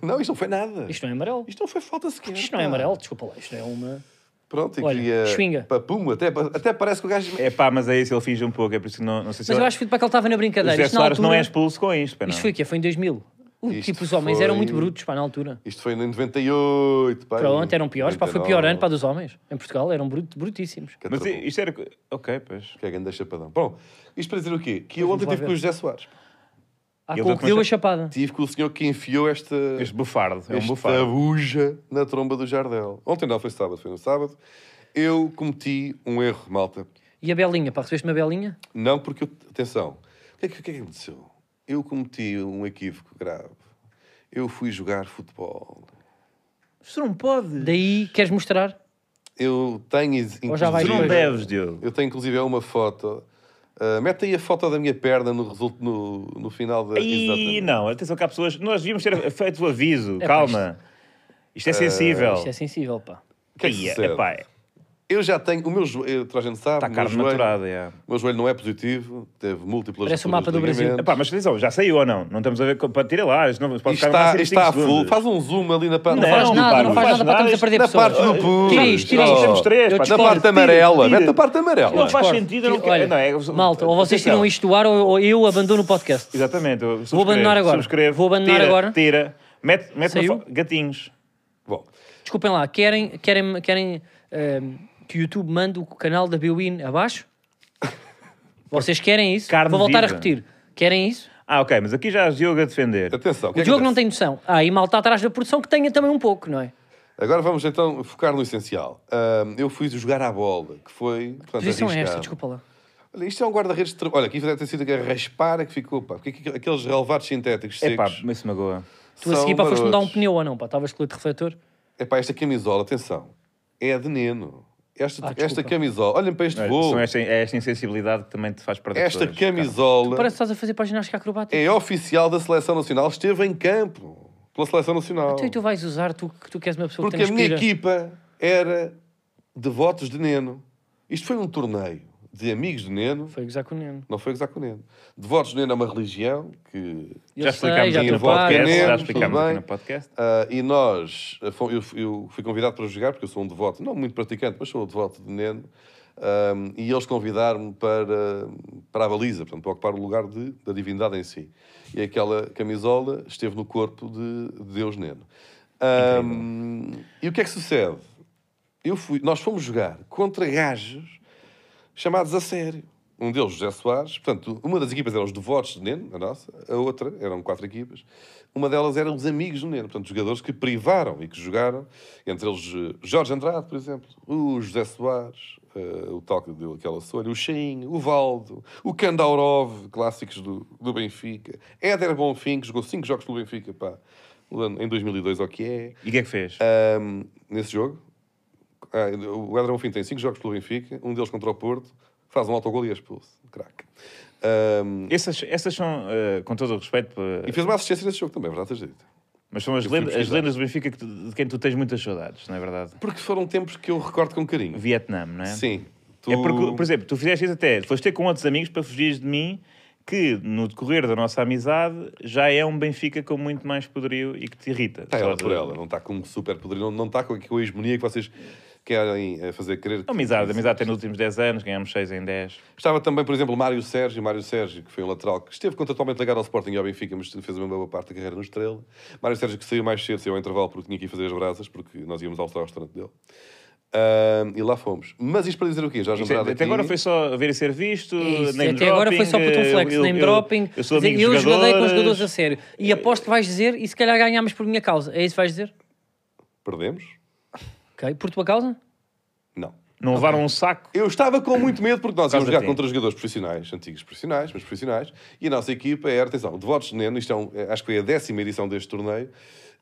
Não, isto não foi nada. Isto,
Isto não é amarelo.
não foi falta sequer.
Isto não é
pá.
amarelo, desculpa lá. Isto é uma.
Pronto, e
Olha,
queria...
swinga.
Papum, até, até parece que o gajo...
É pá, mas é isso, ele finge um pouco, é por isso que não, não sei se
Mas eu
ele-
acho que foi para que ele estava na
o
brincadeira.
José
Isto, na
Soares
altura,
não é expulso com isto, pá, não.
isto foi o quê? Foi em 2000. O
Isto
tipo, os homens eram muito
foi-
brutos, pá, na altura.
Isto foi em 98, pá.
Pronto, eram piores, pá, foi o pior
99.
ano para dos homens. Em Portugal eram bruto, brutíssimos.
Que
Mas
atrapalho.
isto era... Ok, pois.
Que é grande chapadão. Bom, isto para dizer o quê? Que eu
Vamos
ontem
lá
tive
ver.
com o José Soares.
Há
Ele
Ah, com
deu
o que deu
com
a chapada.
Tive com o senhor que enfiou esta...
Este bufardo, é um
esta
bufardo.
buja na tromba do Jardel. Ontem não, foi sábado, foi no sábado. Eu cometi um erro, malta.
E a belinha, pá, recebeste uma belinha?
Não porque eu... Atenção. O que é que, o que é que aconteceu? Eu cometi um equívoco grave. Eu fui jogar futebol.
Isso não pode.
Daí queres mostrar?
Eu tenho... is-
Ou já vai
Tu
inclusive-
não
Sim.
deves, Diogo.
Eu tenho, inclusive, é uma foto. Ah, mete aí a foto da minha perna no, result... no, no final da...
E não, atenção que há pessoas... Nós devíamos ter feito o aviso,
É, pá,
calma. Isto é sensível.
Isto é sensível, pá.
O que é que
Ia,
sucede?
epá, Tá
Eu já tenho... O meu joelho... Toda a gente sabe.
Está
o meu
carne
joelho-
maturada, é.
O meu joelho não é positivo. Teve múltiplas...
Parece o
rupturas
mapa
de
do Brasil.
ligamentos.
Epá, mas atenção, já saiu ou não? Não estamos a ver... co- Pá, Tira lá, isto não isto pode
Isto
ficar
está,
no máximo
isto
5
está a full.
segundos.
Faz um zoom ali na parte...
Não,
Faz
não,
nada,
pá,
não
não
faz
faz
nada para
nada,
estamos a perder
na
pessoas.
parte do pus.
Tira isto, tira isto.
Oh.
Temos três,
Eu
pá,
Na
discordo.
parte amarela.
tira.
Mete a parte
Não
amarela.
faz
Discordo.
sentido, eu não
Tira-
quero-
olha,
não, é-
Malta, ou vocês
Atenção.
tiram isto do ar ou, ou eu abandono o podcast.
Exatamente. eu
Vou abandonar
subscrevo,
agora.
subscrevo,
Vou abandonar
tira,
agora.
Tira. Mete, mete uma
Saiu?
fo- gatinhos.
Bom,
Desculpem lá, querem, querem, querem ehm, que o YouTube mande o canal da Bewin abaixo? Vocês querem isso?
Carne
Vou voltar
viva.
a repetir. Querem isso?
Ah, ok, mas aqui já há Diogo a defender.
atenção. que
O
é que
Diogo não
acontece?
tem noção. Ah, e malta atrás da produção que tenha também um pouco, não é?
Agora vamos então focar no essencial. Ahm, eu fui jogar à bola, que foi... portanto,
Que posição é esta?
arriscado.
Desculpa lá.
Olha, isto é um guarda-redes. de tra- Olha, aqui deve ter sido a raspar que ficou, pá. Porque aqu- aqueles relevados sintéticos
É pá,
secos.
mas se magoa.
Tu a
são
seguir pá, foste mudar um
marotos.
pneu ou não, pá? Estavas com o refletor?
É pá, esta camisola, atenção, é a de Neno. Esta,
Ah, desculpa.
esta camisola, olhem para este
Olha,
gol.
são esta, é esta insensibilidade que também te faz perder
Esta
pessoas, cara.
camisola
Parece que estás a fazer para a ginástica acrobática.
é oficial da Seleção Nacional, esteve em campo pela Seleção Nacional.
Então e tu vais usar, tu que tu queres uma pessoa
Porque
que
a minha
transpira.
equipa era de votos de Neno. Isto foi um torneio de amigos de Neno,
Foi gozar com o Neno.
não foi gozar com o Neno. De votos de Neno é uma religião que
Eu
Já
sei,
explicámos
já
aqui no
atrapalha,
atrapalho.
podcast. Já
tudo
explicámos
bem.
aqui no podcast.
Ah, e nós, ah, fom- eu, fui- eu fui convidado para jogar, porque eu sou um devoto, não muito praticante, mas sou um devoto de Neno, ahm, e eles convidaram-me para, para a baliza, portanto, para ocupar o lugar de- da divindade em si. E aquela camisola esteve no corpo de Deus Neno. Ahm, e o que é que sucede? Eu fui, nós fomos jogar contra gajos chamados a sério. Um deles, José Soares. Portanto, uma das equipas eram os devotos de Neno, a nossa. A outra, eram quatro equipas. Uma delas eram os amigos do Neno. Portanto, jogadores que privaram e que jogaram. Entre eles, eh, Jorge Andrade, por exemplo. O José Soares. eh, o tal que deu aquela solha. O Cheinho. O Valdo. O Candaurov. Clássicos do, do Benfica. Éder Bonfim, que jogou cinco jogos pelo Benfica, pá. Em 2002, ao que é.
E o que é que fez?
Ahm, nesse jogo, ah, o Adrão Fim tem cinco jogos pelo Benfica, um deles contra o Porto, faz um autogol e é expulso. Crack. Ahm,
Essas, essas são, eh, com todo o respeito, eh,
e fez uma assistência nesse jogo também, é verdade, seja dito.
mas são as,
eu fui
lendas, as
pesquisar.
lendas do Benfica que tu- de quem tu tens muitas saudades, não é verdade?
Porque foram tempos que eu recordo com carinho.
Vietnã, não é?
Sim. Tu...
É porque, por exemplo, tu fizeste isso até, foste ter com outros amigos para fugires de mim, que no decorrer da nossa amizade já é um Benfica com muito mais poderio e que te irrita.
Está
Só
Tá, ela
de-
é por ela, não está com um super poder, não, não está com a hegemonia que vocês querem eh, fazer crer. que-
Amizade, amizade até nos últimos 10 anos, ganhamos 6 em 10.
Estava também, por exemplo, Mário Sérgio, Mário Sérgio, que foi um lateral que esteve contratualmente ligado ao Sporting e ao Benfica, mas fez uma boa parte da carreira no Estrela. Mário Sérgio que saiu mais cedo, saiu ao intervalo porque tinha que ir fazer as brasas, porque nós íamos almoçar ao restaurante dele. Ahm, e lá fomos. Mas isto para dizer o quê? Já
Isto é-
Andrade aqui-
Até agora foi só ver e ser visto,
É Isso,
É name
até agora foi
dropping,
só puto um
eh,
flex,
eu-
name
eu-
dropping.
Eu, sou
Quer dizer,
amigo de
eu joguei com os jogadores a
jogadores.
sério. E aposto que vais dizer, e se calhar ganhámos por minha causa. É isso que vais dizer?
Perdemos?
Ok, por tua causa?
Não.
Não levaram um saco.
Eu estava com muito medo porque nós
Por causa
íamos jogar
de ti.
contra jogadores profissionais, antigos profissionais, mas profissionais, e a nossa equipa era, atenção, Devotos de Neno, isto é um- é- acho que foi a décima edição deste torneio,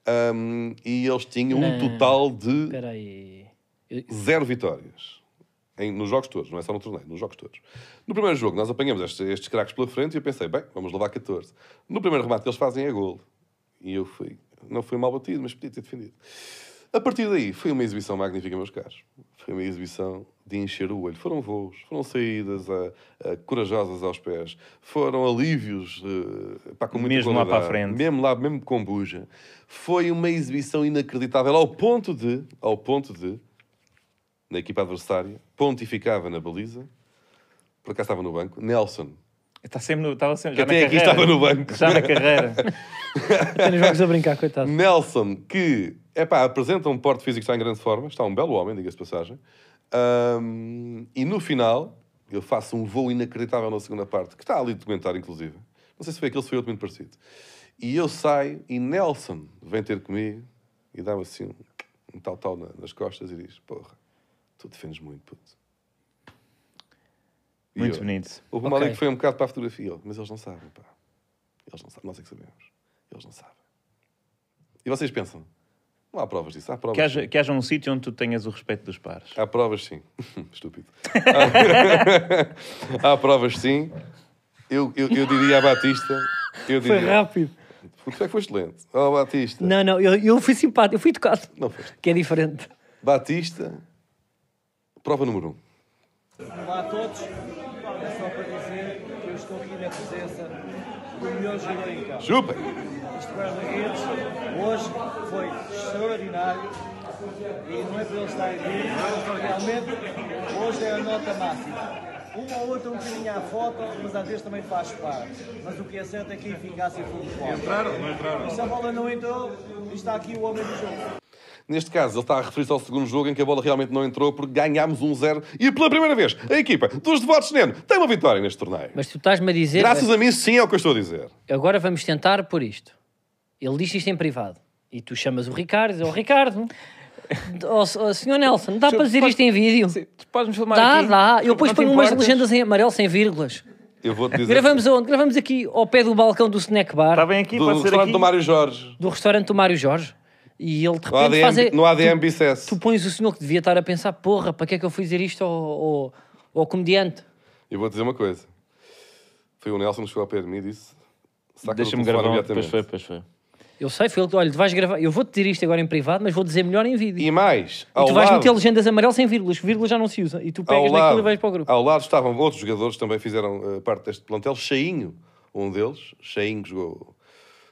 ahm, e eles tinham um
Não.
total de
Espera aí. Eu-
zero vitórias. Em- nos jogos todos, não é só no torneio, nos jogos todos. No primeiro jogo, nós apanhamos este- estes, craques pela frente e eu pensei, bem, vamos levar 14. No primeiro remate que eles fazem é gol. E eu fui, não fui mal batido, mas podia ter defendido. A partir daí, foi uma exibição magnífica, meus caros. Foi uma exibição de encher o olho. Foram voos, foram saídas a- a corajosas aos pés, foram alívios eh, pá, com muita
Mesmo lá
qualidade.
para a frente.
Mesmo lá, mesmo com buja. Foi uma exibição inacreditável, ao ponto de, ao ponto de, na equipa adversária, pontificava na baliza, por acaso estava no banco, Nelson.
Está sempre no, estava sempre,
Que
já
até
na
aqui
carreira.
estava no banco.
Já na carreira.
Até nos jogos a brincar, coitado.
Nelson, que epá, apresenta um porte físico que está em grande forma, está um belo homem, diga-se de passagem. Ahm, e no final, ele faz um voo inacreditável na segunda parte, que está ali documentário, inclusive. Não sei se foi aquele, se foi outro muito parecido. E eu saio e Nelson vem ter comigo e dá-me assim um, um tal tal na- nas costas e diz: Porra, tu defendes muito, puto. E
Muito
eu-
bonito.
Houve uma
Ok.
ali que foi um bocado para a fotografia, ele, mas eles não sabem, pá. Eles não sabem, nós é que sabemos. Eles não sabem. E vocês pensam, não há provas disso, há provas.
Que haja,
sim.
que haja um sítio onde tu tenhas o respeito dos pares.
Há provas sim. Estúpido. há provas sim. Eu, eu, eu diria a Batista. Eu
Foi
diria.
rápido.
Porque é que foste lento? Oh, Batista. Não,
Não, não, eu, eu fui simpático, eu fui tocado.
foste.
Que é diferente.
Batista, prova número um.
Olá a todos. É só para dizer que eu estou aqui na presença do melhor jogador em campo.
Chupa!
Este guarda-redes hoje foi extraordinário e não é para ele estar aqui, mas realmente hoje é a nota máxima. Uma ou outra um bocadinho à foto, mas às vezes também faz parte. Mas o que é certo é que a eficácia foi muito forte. Entraram, não entraram? Se a bola não entrou, está aqui o homem do jogo.
Neste caso, ele está a referir-se ao segundo jogo em que a bola realmente não entrou porque ganhámos 1-0 e pela primeira vez a equipa dos devotos de Neno tem uma vitória neste torneio.
Mas tu estás-me a dizer.
Graças a mim, sim, é o que eu estou a dizer.
Agora vamos tentar por isto. Ele diz isto em privado. E tu chamas o "Oh, Ricardo, ó Ricardo, Ó, ó, senhor Nelson, dá
Senhor,
para dizer
pode-
isto em vídeo?
Sim, tu podes-me filmar
Dá,
aqui?
dá. Eu depois
Não te
ponho umas
importas?
legendas em amarelo sem vírgulas.
Eu vou-te dizer.
Gravamos aonde? Gravamos aqui ao pé do balcão do snack bar,
Tá
Está bem aqui,
do
pode ser
restaurante
aqui.
do Mário Jorge.
do restaurante do Mário Jorge, e ele de
No
repente faz...
ADM,
a-
no ADM Bicesse.
Tu pões o senhor que devia estar a pensar, porra, para que é que eu fui dizer isto ao, ao, ao comediante?
Eu vou-te dizer uma coisa. Foi o Nelson que chegou ao pé de mim e disse... saca do
Deixa-me
telefone
gravar. Pois
imediatamente.
foi, pois foi.
Eu sei, foi ele que, olha, tu vais gravar, eu vou-te dizer isto agora em privado, mas vou dizer melhor em vídeo.
E mais,
E
ao
tu vais
lado,
meter legendas amarelas sem vírgulas, que vírgula já não se usa. E tu
ao,
pegas naquilo e vais
lado,
para o grupo.
ao lado estavam outros jogadores que também fizeram eh, parte deste plantel. Cheinho, um deles. Cheinho que jogou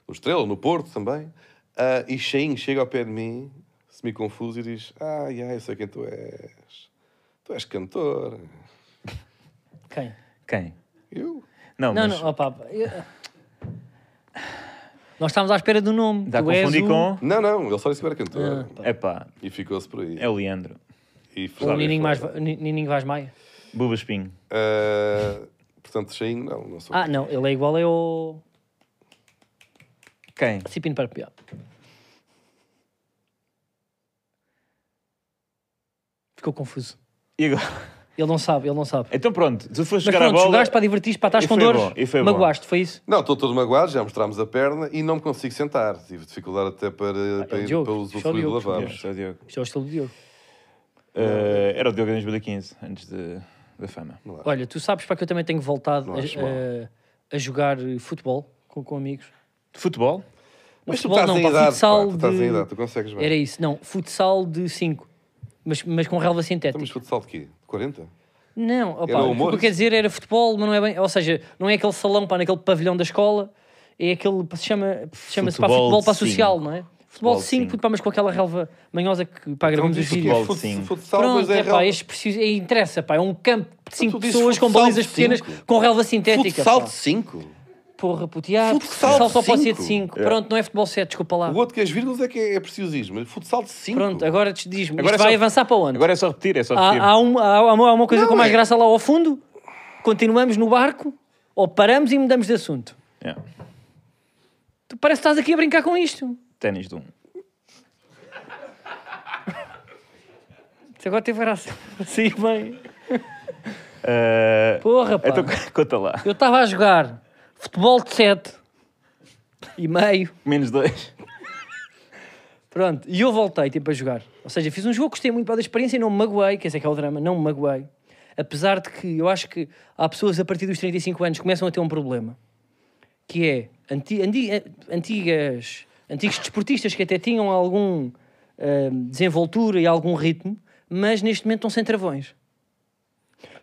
no Estrela, no Porto também. Ah, e Cheinho chega ao pé de mim, se me confuso, e diz... Ai, ai, eu sei quem tu és. Tu és cantor.
Quem?
Quem?
Eu...
Não,
Não,
mas
não, opá. eu- Nós estávamos à espera do nome.
já
Tu és
confundi
o- Ah,
com. Ah,
Não, não, ele só disse que eu era cantor.
Epá,
E ficou-se por aí.
é o Leandro.
E
O
foi-
Um Nininho,
é
mais, Ni- Nininho Vaz Maia.
Buba Espinho.
Ah, portanto, Cheinho, não, não sou.
Ah, não, ele é igual ao
Quem?
Cipino Parpiá. Ficou confuso.
E agora?
Ele não sabe, ele não sabe.
Então pronto, tu foste
Mas
jogar
pronto,
a bola.
jogaste para divertir para estás
E
com
foi
dores,
bom, e foi bom.
magoaste, foi isso?
Não, estou todo magoado, já mostramos a perna e não me consigo sentar. Tive dificuldade até para, para, ir,
Diogo,
para
só o
usufruir do
Diogo, só o
lavabo.
Isto é o Diogo.
Isto é o estilo de Diogo.
Eh, era o Diogo em 2015, antes de- da fama.
Olha, tu sabes para que eu também tenho voltado a,
acho mal.
a- a jogar eh, futebol com, com amigos.
De futebol?
Mas tu
futebol
estás
não,
em
pá,
idade, pá,
futsal
tu estás
de-
em idade, tu consegues bem.
Era isso, não, futsal de 5, mas, mas com relva sintética.
Estamos Então, futsal de quê? 40?
Não, opa,
Era o
o
humor,
que eu quero
isso?
dizer era futebol, mas não é bem. Ou seja, não é aquele salão para naquele pavilhão da escola, é aquele que se chama chama-se
Futebol
para
de
futebol para
cinco.
social, não é? Futebol
de
5,
cinco.
mas com aquela relva manhosa que pá, gravamos os
Então,
vídeos.
dizes que é
Sim.
fut- Futsal, mas
um Pronto,
é
é pá,
real-
este preciso, é, interessa, pá, é um campo de 5
tu dizes
pessoas com
futsal de
balizas pequenas,
cinco.
com relva sintética.
Futsal
pá.
de 5?
Porra, puteado,
Futsal
futsal
de
só pode ser de
cinco.
5. Pronto, não é futebol 7, desculpa lá.
O outro que é as vírgulas é que é, é preciosismo. Futsal de 5?
Pronto, agora te diz-me,
Agora
isto
é só-
vai avançar para onde?
Agora é só repetir, é só repetir.
Ah, há, um- há, uma, há, há uma- há uma coisa
Não,
com mais
é-
graça lá ao fundo, continuamos no barco, ou paramos e mudamos de assunto.
Yeah.
Tu parece que estás aqui a brincar com isto.
Ténis de um.
Isso agora teve graça. Sim, bem.
Eh,
Porra, pá.
então conta lá.
Eu estava a jogar futebol de 7 e meio,
Menos dois.
pronto, e eu voltei tipo a jogar. Ou seja, fiz um jogo que gostei muito pá, da experiência e não me magoei, que esse é que é o drama, não me magoei. Apesar de que eu acho que há pessoas a partir dos 35 anos que começam a ter um problema. que é anti, anti- antigas, antigos desportistas que até tinham algum ah, desenvoltura e algum ritmo, mas neste momento estão sem travões.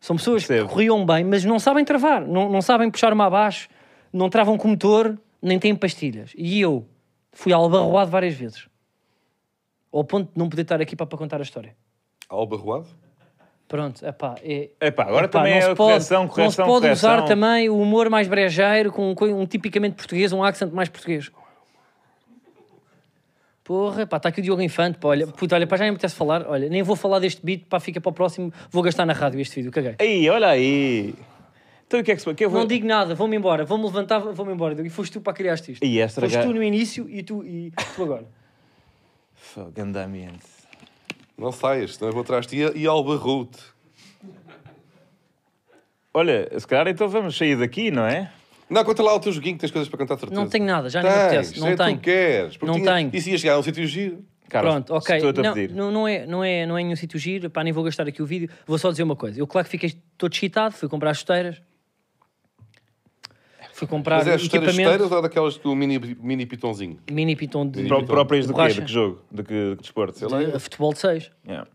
São pessoas
Percebo.
que corriam bem, mas não sabem travar, não, não sabem puxar uma abaixo, não travam com motor, nem têm pastilhas. E eu fui albarroado várias vezes. Ao ponto de não poder estar aqui para, para contar a história.
Albarroado?
Pronto, epá, é,
Epá, agora
Epá,
também
não
é
se
a
pode,
correção, correção,
Não se pode
correção.
usar também o humor mais brejeiro, com um, co- um tipicamente português, um accent mais português. Porra, pá, está aqui o Diogo Infante, pá, olha, puto, olha, pá, já nem me apetece falar, olha, nem vou falar deste beat, pá, fica para o próximo, vou gastar na rádio este vídeo, caguei.
Aí, olha aí. Então o que é que se pode?
Não digo nada, vou-me embora, vou-me levantar, vou-me embora, Diogo, e foste tu para criaste isto.
E esta
Foste tu no início e tu, e tu agora.
Grande ambiente.
Não saias, senão eu vou atrás de ti e albarrou-te.
Olha, se calhar então vamos sair daqui, não é?
Não, conta lá o teu joguinho que tens coisas para cantar, de certeza.
Não tenho nada, já nem me
Tens,
apetece, não
é tu
tenho.
que queres. porque
Não
tinha-
tenho.
E se ia chegar a um sítio giro?
Carlos,
Pronto, ok.
Estou-te a
Não,
pedir.
não, não é, não, é, não é nenhum sítio giro, pá, nem vou gastar aqui o vídeo. Vou só dizer uma coisa. Eu, claro que fiquei todo excitado, fui comprar as chuteiras. Fui comprar
Mas é chuteiras
equipamento,
chuteiras ou daquelas com o mini, mini pitonzinho?
mini piton de,
Pró- Próprias do quê?
borracha,
De que jogo? De que desporto? Sei lá.
de- futebol de 6.
Yeah.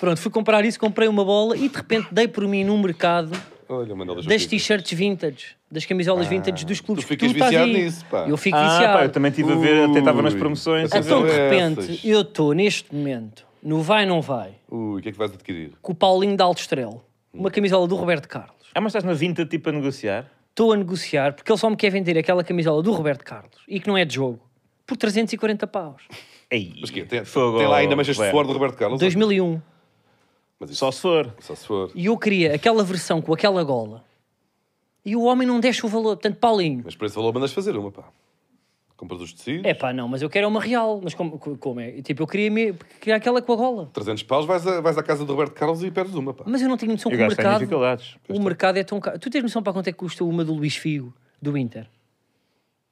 Pronto, fui comprar isso, comprei uma bola e de repente dei por mim num mercado
Olha, Manela,
das
justiça. Ah,
t-shirts vintage, das camisolas vintage dos clubes
tu
que
ficas
estás
viciado
aí.
nisso, pá.
Eu fico
Ah,
viciado.
pá, eu também estive a ver, até estava nas
Ui.
promoções.
Essa
Então, de
essas.
repente, eu estou neste momento no vai não vai
Ui, o que é que vais adquirir?
com o Paulinho de Alto Estrela, uma camisola do Roberto Carlos.
Ah, mas estás na vinta tipo a negociar?
estou a negociar porque ele só me quer vender aquela camisola do Roberto Carlos e que não é de jogo por 340 paus.
Aí.
Mas quê? Tem, tem lá ainda manchas de suor do Roberto Carlos?
2001.
Mas isso,
Só se for.
só se for.
E eu queria aquela versão com aquela gola. E o homem não deixa o valor. Portanto, Paulinho,
Mas por esse valor mandas fazer uma, pá. Compras os tecidos.
É pá, não, mas eu quero é uma real. Mas como, co- como é? Tipo, eu queria, me... queria aquela com a gola.
300 paus, vais, a- vais à casa do Roberto Carlos e perdes uma, pá.
Mas eu não tenho noção
Eu
que o
gasto tenho
mercado.
dificuldades.
O mercado é tão caro. Tu tens noção para quanto é que custa uma do Luís Figo, do Inter?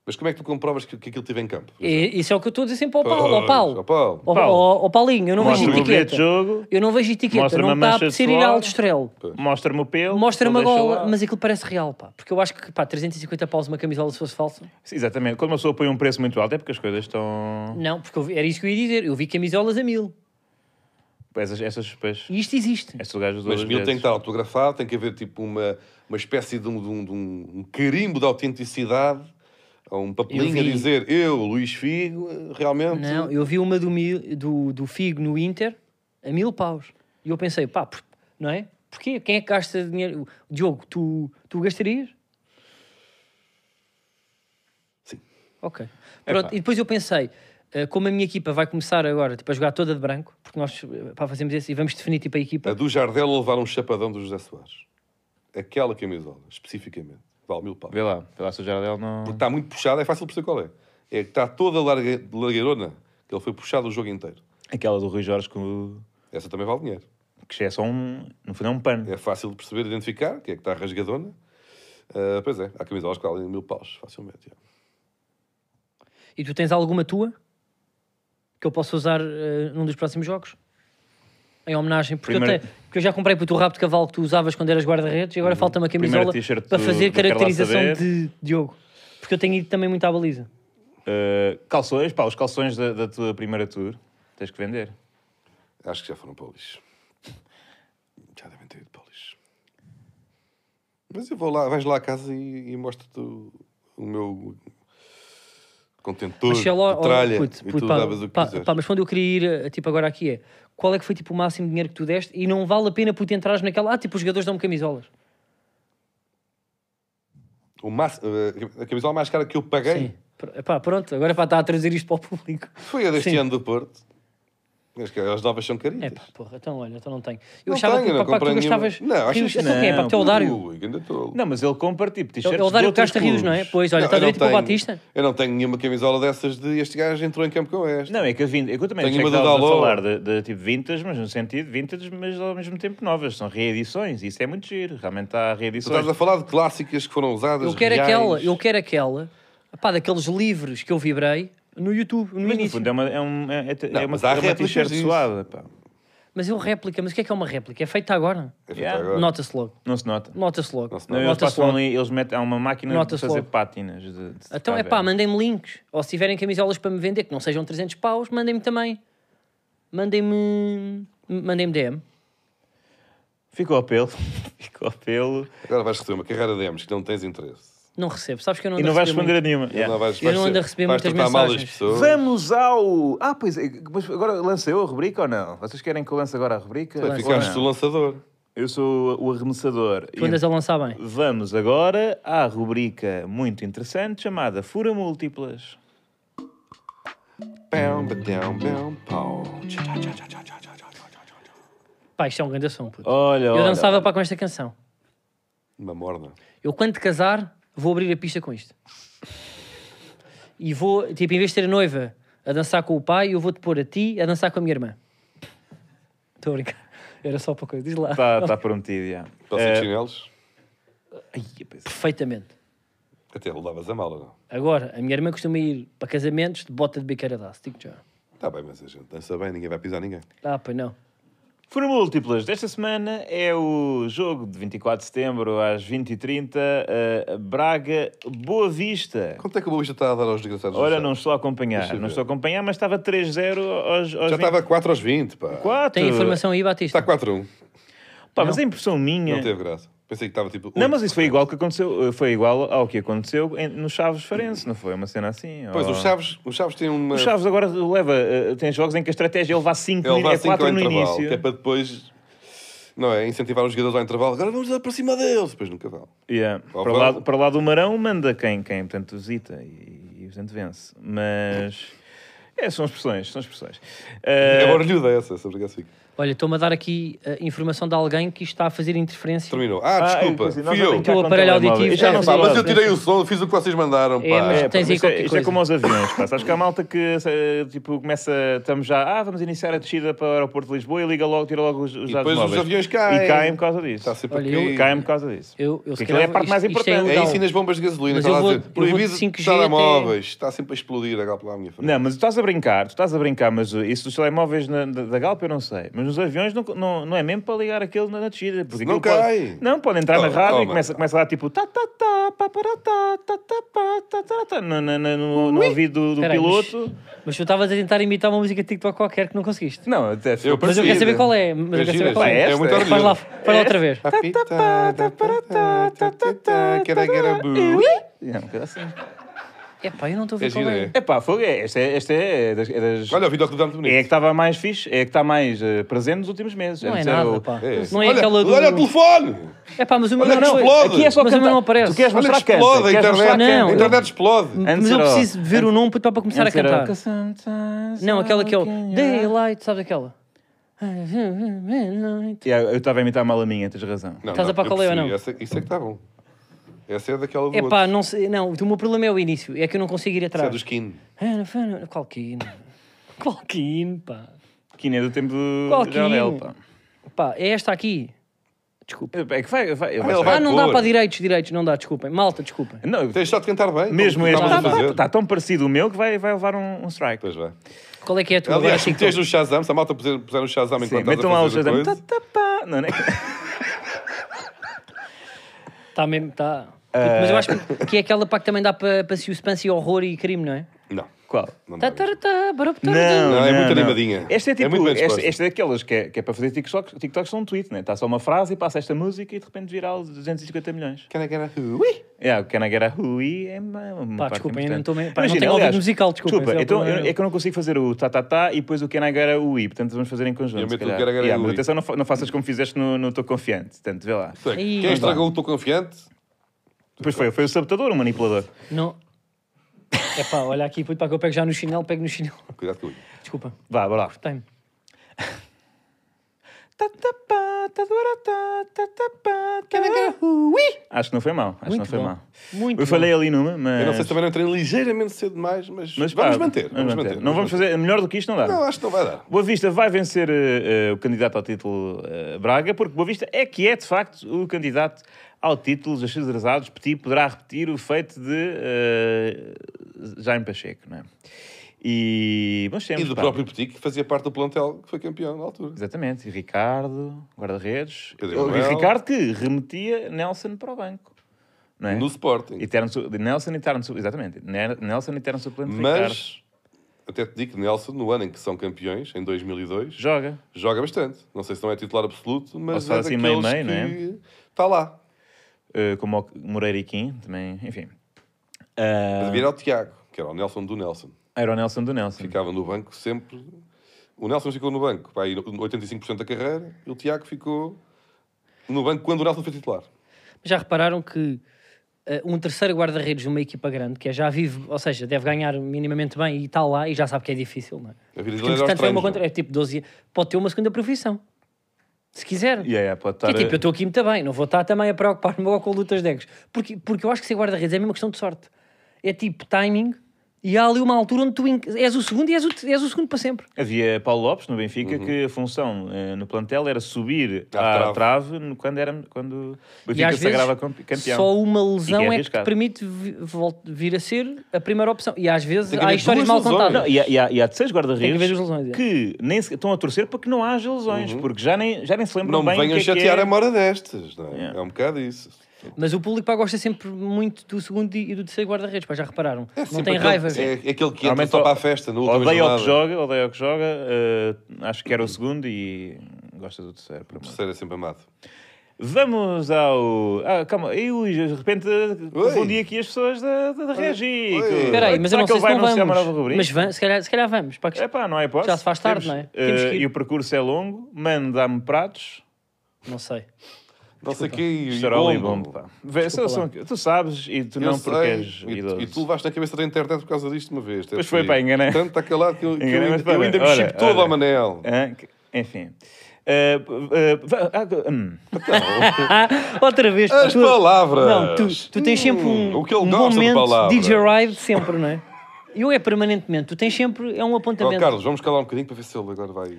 Mas como é que tu comprovas que, que aquilo teve em campo?
É- isso é o que eu estou a dizer sempre ao
Pois,
Paulo. Ao
ao
Paulo.
Paulo.
Ao,
Paulo.
ao- ao Paulinho, eu não vejo
Mostra-me o bilhete
etiqueta.
de jogo,
Eu não vejo etiqueta.
mostra-me
Não
a
está a
mancha de
apetecer ir
suor.
à Aldestrel.
mostra-me o pelo.
Mostra-me a
então deixa
gola,
lá.
mas aquilo parece real, pá. Porque eu acho que, pá, 350 paus uma camisola se fosse falsa.
Sim, exatamente. Quando uma pessoa põe um preço muito alto é porque as coisas estão...
Não, porque eu vi- era isso que eu ia dizer. Eu vi camisolas a mil.
Essas, essas pois,
E isto existe.
esses lugares
Mas
duas
mil tem que
vezes.
estar autografado, tem que haver tipo uma, uma espécie de um, de um- de um- um carimbo de autenticidade, ou um papelinho a
Eu vi.
dizer eu, Luís Figo, realmente.
Não, eu vi uma do, mil, do, do Figo no Inter a mil paus. E eu pensei, pá, por- não é? Porquê? Quem é que gasta dinheiro? Diogo, tu, tu gastarias?
Sim.
Ok. Pronto, e depois eu pensei, eh, como a minha equipa vai começar agora tipo, a jogar toda de branco, porque nós eh, pá, fazemos isso e vamos definir tipo, a equipa.
A do Jardel a levar um chapadão do José Soares. Aquela camisola, especificamente. Vale mil paus.
Vê lá, vê lá se o Jardel não...
Porque está muito puxada, é fácil perceber qual é. É que está toda larga, largueirona, que ele foi puxado o jogo inteiro.
Aquela do Rui Jorge com o-
Essa também vale dinheiro.
que é só um... No fundo é um pano.
É fácil de perceber, identificar, que é que está rasgadona. Ah, pois é, há camisolas que valem mil paus, facilmente. é.
E tu tens alguma tua que eu posso usar eh, num dos próximos jogos? Em homenagem, porque, eu,
Primeiro-
te- porque eu já comprei para o teu rabo de cavalo que tu usavas quando eras guarda-redes e agora falta uma
Uhum. Primeiro
camisola
t-shirt
para
do-
fazer
do Quero Lá
caracterização
Saber.
de Diogo. Porque eu tenho ido também muito à baliza.
Uh, calções, pá, os calções da, da tua primeira tour tens que vender.
Acho que já foram para o lixo. Já devem ter ido para o lixo. Mas eu vou lá, vais lá a casa e, e mostro-te o, o meu contentor,
Mas sei lá,
de
oh,
tralha,
puto,
e
puto,
tu
pá,
davas o que
pá,
quiseres.
pá, mas quando eu queria ir, eh, tipo, agora aqui é qual é que foi tipo, o máximo de dinheiro que tu deste e não vale a pena por tu entrares naquela. Ah, tipo, os jogadores dão-me camisolas.
O máximo- eh, a camisola mais cara que eu paguei
Sim. Pr- Pá, pronto, agora pá, está a trazer isto para o público.
foi a deste
Sim.
ano do Porto. Mas que As novas são caritas.
É pá, porra, então olha, então não tenho. Eu
Não
achava
tenho,
que,
não
pá, pá, que tu
comprei nenhuma.
gastavas.
Não, achas
rios.
que
Então quem é?
não,
Para o teu
puto.
Dário?
Ui, ainda tolo.
Não, mas ele compra tipo
É o-
t-shirts
é o Dário que
de outros
gasta rios, não é?
clubes.
Pois, olha,
Não,
está
eu não
direito para o
tenho-
Batista.
Eu não tenho nenhuma camisola dessas de este gajo entrou em campo com esta.
Não, é que a vintage, é que eu também
Tenho
achei
uma do
que estavas a
Dalot.
falar de, de, tipo vintage, mas no sentido vintage, mas ao mesmo tempo novas, são reedições, e isso é muito giro, realmente há
Tu
reedições.
estás a falar de clássicas que foram usadas.
Eu quero
reais.
aquela, eu quero aquela, pá, daqueles livros que eu vibrei no YouTube, no
Mas no
início.
fundo é uma, é um, é, é-
Não,
é uma,
mas há
é uma
réplicas
t-shirt
disso.
suada, pá.
Mas eu réplica, mas o que é que é uma réplica? É feita agora?
É feito
Yeah.
um- agora.
Nota-se logo,
Não se nota.
nota-se logo,
Não se
Não, um
nota.
eles
nota-se
passam
logo.
ali, eles metem, há uma máquina de
Nota-se
fazer
logo.
pátinas. de- de- de
Então é
ficar
pá,
velho.
mandem-me links, ou se tiverem camisolas para me vender que não sejam 300 paus, mandem-me também. Mandem-me. Mandem-me DM.
Ficou ao pelo, ficou ao pelo,
Agora vais receber uma carreira de M's que não tens interesse.
Não recebo, sabes que eu não
e
ando
não
a
vais
receber
responder a
muito.
nenhuma. Yeah.
Não vais,
É. Eu não
vais
ando a
ser-
receber
vais
muitas
tratar mal
mensagens.
as pessoas.
Vamos ao. Ah, pois é, mas agora lancei eu a rubrica ou não? Vocês querem que eu lance agora a rubrica?
Vai
Ou
ficares
não?
tu lançador.
Eu sou o arremessador.
Tu andas a lançar bem.
Vamos agora à rubrica muito interessante chamada Fura Múltiplas.
Hum.
Pão, badão, pão, pau. Tchá, tchá, tchá, tchá, tchá, tchá, tchá, tchá, tchá, tchá, tchá.
Pá, isto é um grande som, puto.
Olha,
Eu
olha.
dançava para com esta canção.
Uma morna.
Eu, quando te casar, vou abrir a pista com isto. E vou, tipo, em vez de ter a noiva a dançar com o pai, eu vou-te pôr a ti a dançar com a minha irmã. Estou a brincar. Era só para coisa. Diz lá.
Está tá prometido, já.
Posso ir de chinelos?
Ai, eu pensei-
Perfeitamente.
Até levavas a mala, não?
Agora, a minha irmã costuma ir para casamentos de bota de biqueira da Stick já.
Está Tá bem, mas a gente dança bem, ninguém vai pisar ninguém.
Ah, pois não.
Fura Múltiplas desta semana é o jogo de 24 de setembro às 20h30, eh, Braga Boa Vista.
Quanto é que o Boa Vista está a dar aos desgraçados? do
Olha,
Sá?
não estou a acompanhar,
Deixa eu
não
ver.
estou a acompanhar, mas estava 3-0 aos, aos
Já estava 4 aos 20, pá.
4.
Tem informação aí,
Está
Batista?
Tá.
4 a 1.
Pá, mas é impressão minha.
Não teve graça. Pensei que estava tipo.
Não,
oito.
mas isso foi igual que aconteceu, eh, foi igual ao que aconteceu em- no Chaves Farense, não foi? Uma cena assim.
Pois,
ou-
os Chaves, os Chaves têm uma.
O Chaves agora leva, eh, tem jogos em que a estratégia é levar 5
É levar
é
cinco ao
4 no
intervalo,
início.
que é para depois. Não é? Incentivar os jogadores ao intervalo. Agora vamos lá para cima deles. Depois nunca vão.
Yeah.
Ou
Para,
vão-
lá, para lá do Marão manda quem, quem portanto, visita e, e portanto, vence. Mas. É, são expressões, são expressões.
É
Eh,
barulhuda essa, essa obrigação.
Olha, estou-me a dar aqui a informação de alguém que isto está a fazer interferência.
Terminou. Ah, desculpa,
eu- eh, é, nós
fui
a
eu.
brincar com
O aparelho
telemóvel.
auditivo
Isto é
já não
Pá,
sei.
normal.
mas eu tirei o som, fiz o que vocês mandaram, pá.
É, mas
É, pá,
Tens
mas
aí
isto, é-
qualquer
isto é
coisa.
como aos aviões, pá. Sabes que há malta que se- tipo, começa, estamos já, ah, vamos iniciar a descida para o aeroporto de Lisboa e liga logo, tira logo os, os
E
dados
depois os
móveis.
aviões caem.
E caem por causa disso.
Está sempre
Olha,
aqui.
eu-
Caem por causa disso.
Eu, eu, se
Aquilo é a
calhar,
parte mais
isto- isto é
importante.
É
legal.
isso e nas bombas de gasolina.
Mas eu
estava
vou-
a
eu
dizer,
vou de
proibido
5G até-
telemóveis. Está sempre a explodir a Galp lá à minha frente.
Não, mas tu estás a brincar, tu estás a brincar, mas uh, isso dos telemóveis na- da, da Galp eu não sei. Mas nos aviões não, não, não é mesmo para ligar aquilo na, na descida. Porque
Não
aquilo pode-
cai.
não, pode entrar na
Oh,
rádio
oh,
e começa,
mano.
começa lá tipo tá tá tá pá pará, tá tá tá pá tá tá tá no, no, no- no- no ouvido do, do
Espera aí, mas-
piloto.
Mas tu estavas a tentar imitar uma música de TikTok qualquer que não conseguiste.
Não, até
Eu
Mas eu
Sim,
quero saber
né?
qual é. Mas eu quero
gira,
saber qual é.
É muito
Esta?
orgulho.
Faz lá, faz lá outra vez.
tá,
Quero é garaboo.
É um bocado assim.
É pá, eu não estou a
É
ver qual
gira,
é.
é.
Epá, fogo, é- esta é, esta é das- é das-
Olha, o videoclipe está muito
é a que
bonito.
estava mais fixe, é a que está mais eh, presente nos últimos meses.
Não é
Antes era
nada,
o-
pá.
É.
Não é
Olha-
aquela do...
Olha o telefone!
É pá, mas o meu
Olha
não,
que
não,
explode!
Aqui é só
Mas
cantar.
eu não
aparece.
aparece. Tu queres
Olha
mostrar
que explode a
canta, queres mostrar Então,
internet.
canta.
A internet explode.
Antes
Mas eu
era-
preciso ver o nome para para começar a
Antes era-
cantar.
Sometimes
Não, aquela que é o
I can-
Daylight, sabes aquela?
Yeah, Eu estava a imitar mal a minha, tens razão.
Não,
Estás a
não,
para qual é ou
eu
não?
percebi. Essa- Isso é que está bom. Essa é daquela do
É pá,
outro.
não sei, não, o meu problema é o início, é que eu não consigo ir
Essa é do
atrás.
skin.
Qual quino? Qual quino, pá?
Quina é do tempo do
Qual
de Aurel,
Quino?
pá.
pá? É esta aqui. Desculpa.
É que vai, vai, vai-
ele
Ah,
vai-
não
pôr.
dá para direitos, direitos, não dá, desculpem. Malta, desculpem.
Não, eu-
Tens só de cantar bem.
mesmo
como
este
estávamos a
está,
fazer.
está tá tão parecido o meu que vai, vai levar um, um strike.
tá Pois vai.
Qual é que é a tua? Agora
Aliás, se
assim,
meteres no Shazam, se a malta puser, puser no Shazam
Sim,
enquanto estás
metam lá
a
o
fazer outra
Shazam.
coisa,
Tá, tá, pá. Não, não é que-
Está Tá mesmo, está. Mas eu acho que- que é aquela pá que também dá para para suspense e horror e crime, não é?
Não.
Qual?
Não dá.
Tatarata, barabtara.
Não,
Não, é muito
não.
animadinha.
Esta é
É
tipo,
muito bem
esta,
disposta.
esta é daquelas que é, que é para fazer TikToks, TikToks são um tweet, né? Está só uma frase e passa esta música e de repente viral 250 milhões.
Can I get a Ui!
É, o Can I Get a Hui é uma, uma
Pá,
parte
desculpem, eu
importante.
não tô me- pá, não
Imagina,
tenho ouvido
aliás,
musical, desculpem,
Desculpa,
esse é o
então,
problema
eu-
meu.
é que eu não consigo fazer o tá, tá, tá e depois o Can I Get a Hui, portanto vamos fazer em conjunto.
Eu
se
meto o
calhar.
Can I Get a
Yeah, mas
Hui.
atenção, não, fa- não faças como fizeste no no Tô Confiante, portanto, vê lá.
Sei,
Ih.
Quem estragou o Tô Confiante?
Depois foi, foi o sabotador, o manipulador.
Não. É pá, olha aqui, puto, pá, que eu pego já no chinelo, pego no chinelo.
Cuidado com isso.
Desculpa,
Vá, bora lá.
tem.
Tá, tá, pá, tá, dora, tá, tá, tá, pá, tá, dora. Acho que não foi mal, acho que
Muito
não foi
bom.
mal.
Muito
Eu
bom.
falei ali numa, mas...
Eu não sei se também não entrei ligeiramente cedo demais, mas,
Mas, pá,
vamos manter. Vamos manter.
Não vamos fazer melhor do que isto, não dá.
Não, acho que não vai dar.
Boa Vista vai vencer eh, eh, o candidato ao título eh, Braga, porque Boa Vista é que é, de facto, o candidato ao título. Os Rezados, Petit, poderá repetir o feito de eh, Jaime Pacheco, não é? E bons
E
tempos,
do
pá.
próprio Petit, que fazia parte do plantel que foi campeão na altura.
Exatamente. E Ricardo, guarda-redes.
Pedro
E
Manuel.
Ricardo que remetia Nelson para o banco, não é?
No Sporting.
Eterno su- de Nelson e eterno su- Exatamente. Ne- Nelson e eterno suplente de Ricardo.
Mas, até te digo que Nelson, no ano em que são campeões, em 2002,
Joga.
joga bastante. Não sei se não é titular absoluto,
Ou
mas
se
é
faz assim meio-meio,
daqueles
não
que está lá.
Eh, como o Moreira e Kim, também, enfim.
A
Ah,
Devia era o Tiago, que era o Nelson do Nelson.
era o Nelson do Nelson.
Ficava no banco sempre. O Nelson ficou no banco, pá, aí 85% da carreira, e o Tiago ficou no banco quando o Nelson foi titular.
Já repararam que eh, um terceiro guarda-redes de uma equipa grande, que é já vive, ou seja, deve ganhar minimamente bem e está lá e já sabe que é difícil, não é?
A vida
Porque,
dele era aos
entretanto, é,
treinos,
uma contra...
não
é tipo 12 Pode ter uma segunda profissão. Se quiser.
Yeah, yeah, pode
Que
estar
é tipo, eu estou aqui muito bem, não vou estar também a preocupar-me logo com lutas de egos. Porque, porque eu acho que ser guarda-redes é a mesma questão de sorte. É tipo timing e há ali uma altura onde tu inc- és o segundo e és o, te- és o segundo para sempre.
Havia Paulo Lopes no Benfica que a função eh, no plantel era subir
Uhum. À
à trave, no- quando, era, quando o
e
Benfica
às
sagrava
vezes,
campe- campeão.
só uma
E é
lesão é que te
arriscado.
permite vi- vol- vir a ser a primeira opção. E às vezes
Tem que
há
haver
histórias mal
duas lesões.
contadas.
Não, e, há, e há- e há de seis
Tem que haver
guarda-redes
as lesões, é.
que nem se- estão a torcer para que não haja lesões, porque já nem, já nem se
é?
lembram
Uhum. Não me
bem o
venham
que é que
chatear
é.
a uma hora destas, não é?
Yeah.
É um bocado isso.
Mas o público pá, gosta sempre muito do segundo e e do terceiro guarda-redes, pá, já repararam. não
Sempre
tem
aquele-
raiva.
É, é aquele que entra
Normalmente
só
o-
para a festa, na última
Odeia o
jornada.
que joga, odeia o que joga. eh, acho que era o segundo e gosta do terceiro. por
O
amor.
terceiro é sempre amado.
Vamos ao. Ah, calma, eu de repente confundi aqui as pessoas da, da, da Regi.
Oi.
Que-
Espera aí, mas
Será que
eu não sei
ele
se
vai
não
anunciar uma nova
vamos.
rubrica?
Mas va- se calhar, se calhar vamos. pá, que-
É pá, não há hipótese.
Já se faz tarde, não é? Temos
eh,
que ir.
E o percurso é longo. Mano, dá-me pratos.
Não sei.
Não sei o quê e- e
Estarol e
bombo.
bombo. pá. Vê, são- são- tu sabes e tu
Eu
não
sei,
porque és
e, tu-
idoso.
e tu levaste na cabeça da internet por causa disto uma vez.
Pois foi, pá, enganei.
Tanto aquele lado tá que eu, que eu
Enganei, mas
ainda- eu
pá,
ainda me
olha, É.
chipo todo
olha.
ao Manel.
Hã? Ah, Que- Enfim. Eh, eh, va- ah, hum.
Outra vez.
As
tu-
palavras. Hum,
Não, tu, tu tens sempre um,
o que ele
um
gosta
bom
de
momento
palavras.
DJ Ride sempre, não é? Eu é permanentemente. Tu tens sempre... É um
Ó,
apontamento.
Carlos, vamos calar um bocadinho para ver se ele agora vai.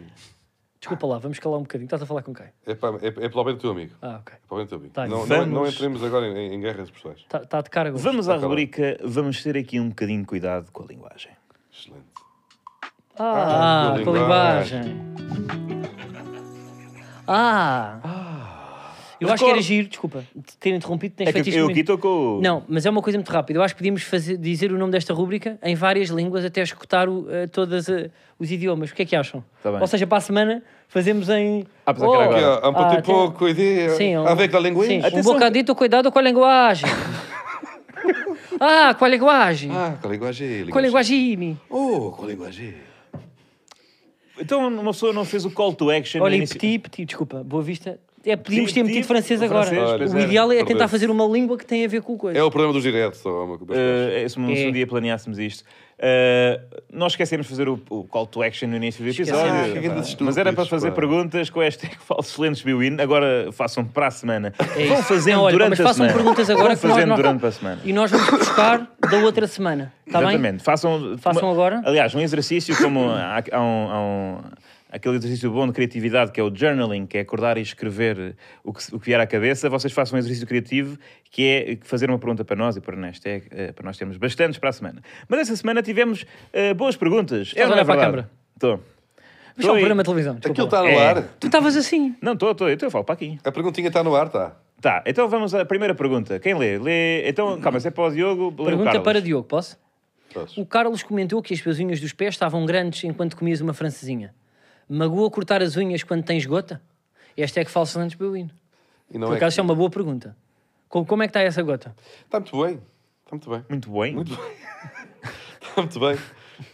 Desculpa lá, vamos calar um bocadinho. Estás a falar com quem?
É, para, é, é pelo bem do teu amigo.
Ah, ok.
É pelo bem do teu amigo.
Tá,
não, não,
vamos.
não entremos agora em, em guerras pessoais.
Está tá de cara agora.
Vamos
Está
à
calado.
rubrica, vamos ter aqui um bocadinho de cuidado com a linguagem.
Excelente.
Ah,
Ah,
com a
linguagem.
linguagem. Ah. Eu acho que era
Recordo.
giro, desculpa, de ter interrompido, tens
É que
feito isto
eu aqui
comigo.
estou com. o-
Não, mas é uma coisa muito rápida. Eu acho que podíamos fazer, dizer o nome desta rúbrica em várias línguas até escutar o, eh, todos os idiomas. O que é que acham?
Tá bem.
Ou seja, para a semana fazemos em.
Ah, pensava que era
Aqui,
agora.
ó, um
Ah,
pouco
tem-
pouco ideia.
Sim,
a ver com a linguagem.
sim, um
Atenção.
bocadito cuidado com a linguagem. ah, com a linguagem.
Ah, com a linguagem.
com a linguagem.
Oh, com a linguagem.
Então uma pessoa não fez o call to action. no
Olha, e
início-
petit, petit, desculpa, Boa Vista. É, podíamos
Petit,
ter metido
petit,
francês agora.
francês,
pois
o
é.
ideal é tentar
Verdade.
fazer uma língua que tem a ver com o coisa.
É o problema dos diretos. Só, uma coisa.
Eh, se um, se um
É.
dia planeássemos isto. Eh, nós esquecemos de fazer o, o call to action no início do episódio.
Ah, que grandes
mas era para
estúpidos,
fazer
pá.
perguntas com hashtag falsos excelentes BWIN. Agora façam para a semana. Vão
É isso.
fazendo
Não, olha,
durante
mas
a
façam
semana.
perguntas agora
Vão
que nós
fazendo
não-
durante a semana.
E nós vamos buscar da outra semana. Está Tá bem?
Exatamente. Façam,
Façam
uma-
agora.
Aliás, um exercício como há, há um- há um- aquele exercício bom de criatividade que é o journaling, que é acordar e escrever o que, se- o que vier à cabeça. Vocês façam um exercício criativo que é fazer uma pergunta para nós e para nós, é, eh, para nós temos bastantes para a semana. Mas essa semana tivemos eh, boas perguntas.
Estás a olhar para a câmara?
Estou.
Mas só um
Oi.
programa de televisão. desculpa
Aquilo tá- está no
É.
ar.
lá. Tu estavas assim.
Não, estou, estou. Então eu falo para aqui.
A perguntinha está no ar, está.
Tá, então vamos à primeira pergunta. Quem lê? Lê. Então, calma, se é para o Diogo, lê o
Pergunta
Carlos.
para Diogo, posso?
Pois.
O Carlos comentou que as tuas unhas dos pés estavam grandes enquanto comias uma francesinha. Magoa cortar as unhas quando tens gota? Esta é que falso antes Beuin.
E não
Por
é
acaso
que-
é uma boa pergunta. Como, como é que está essa gota?
Está Tá muito bem. Está muito bem.
Muito bem.
Muito bem. Está muito bem.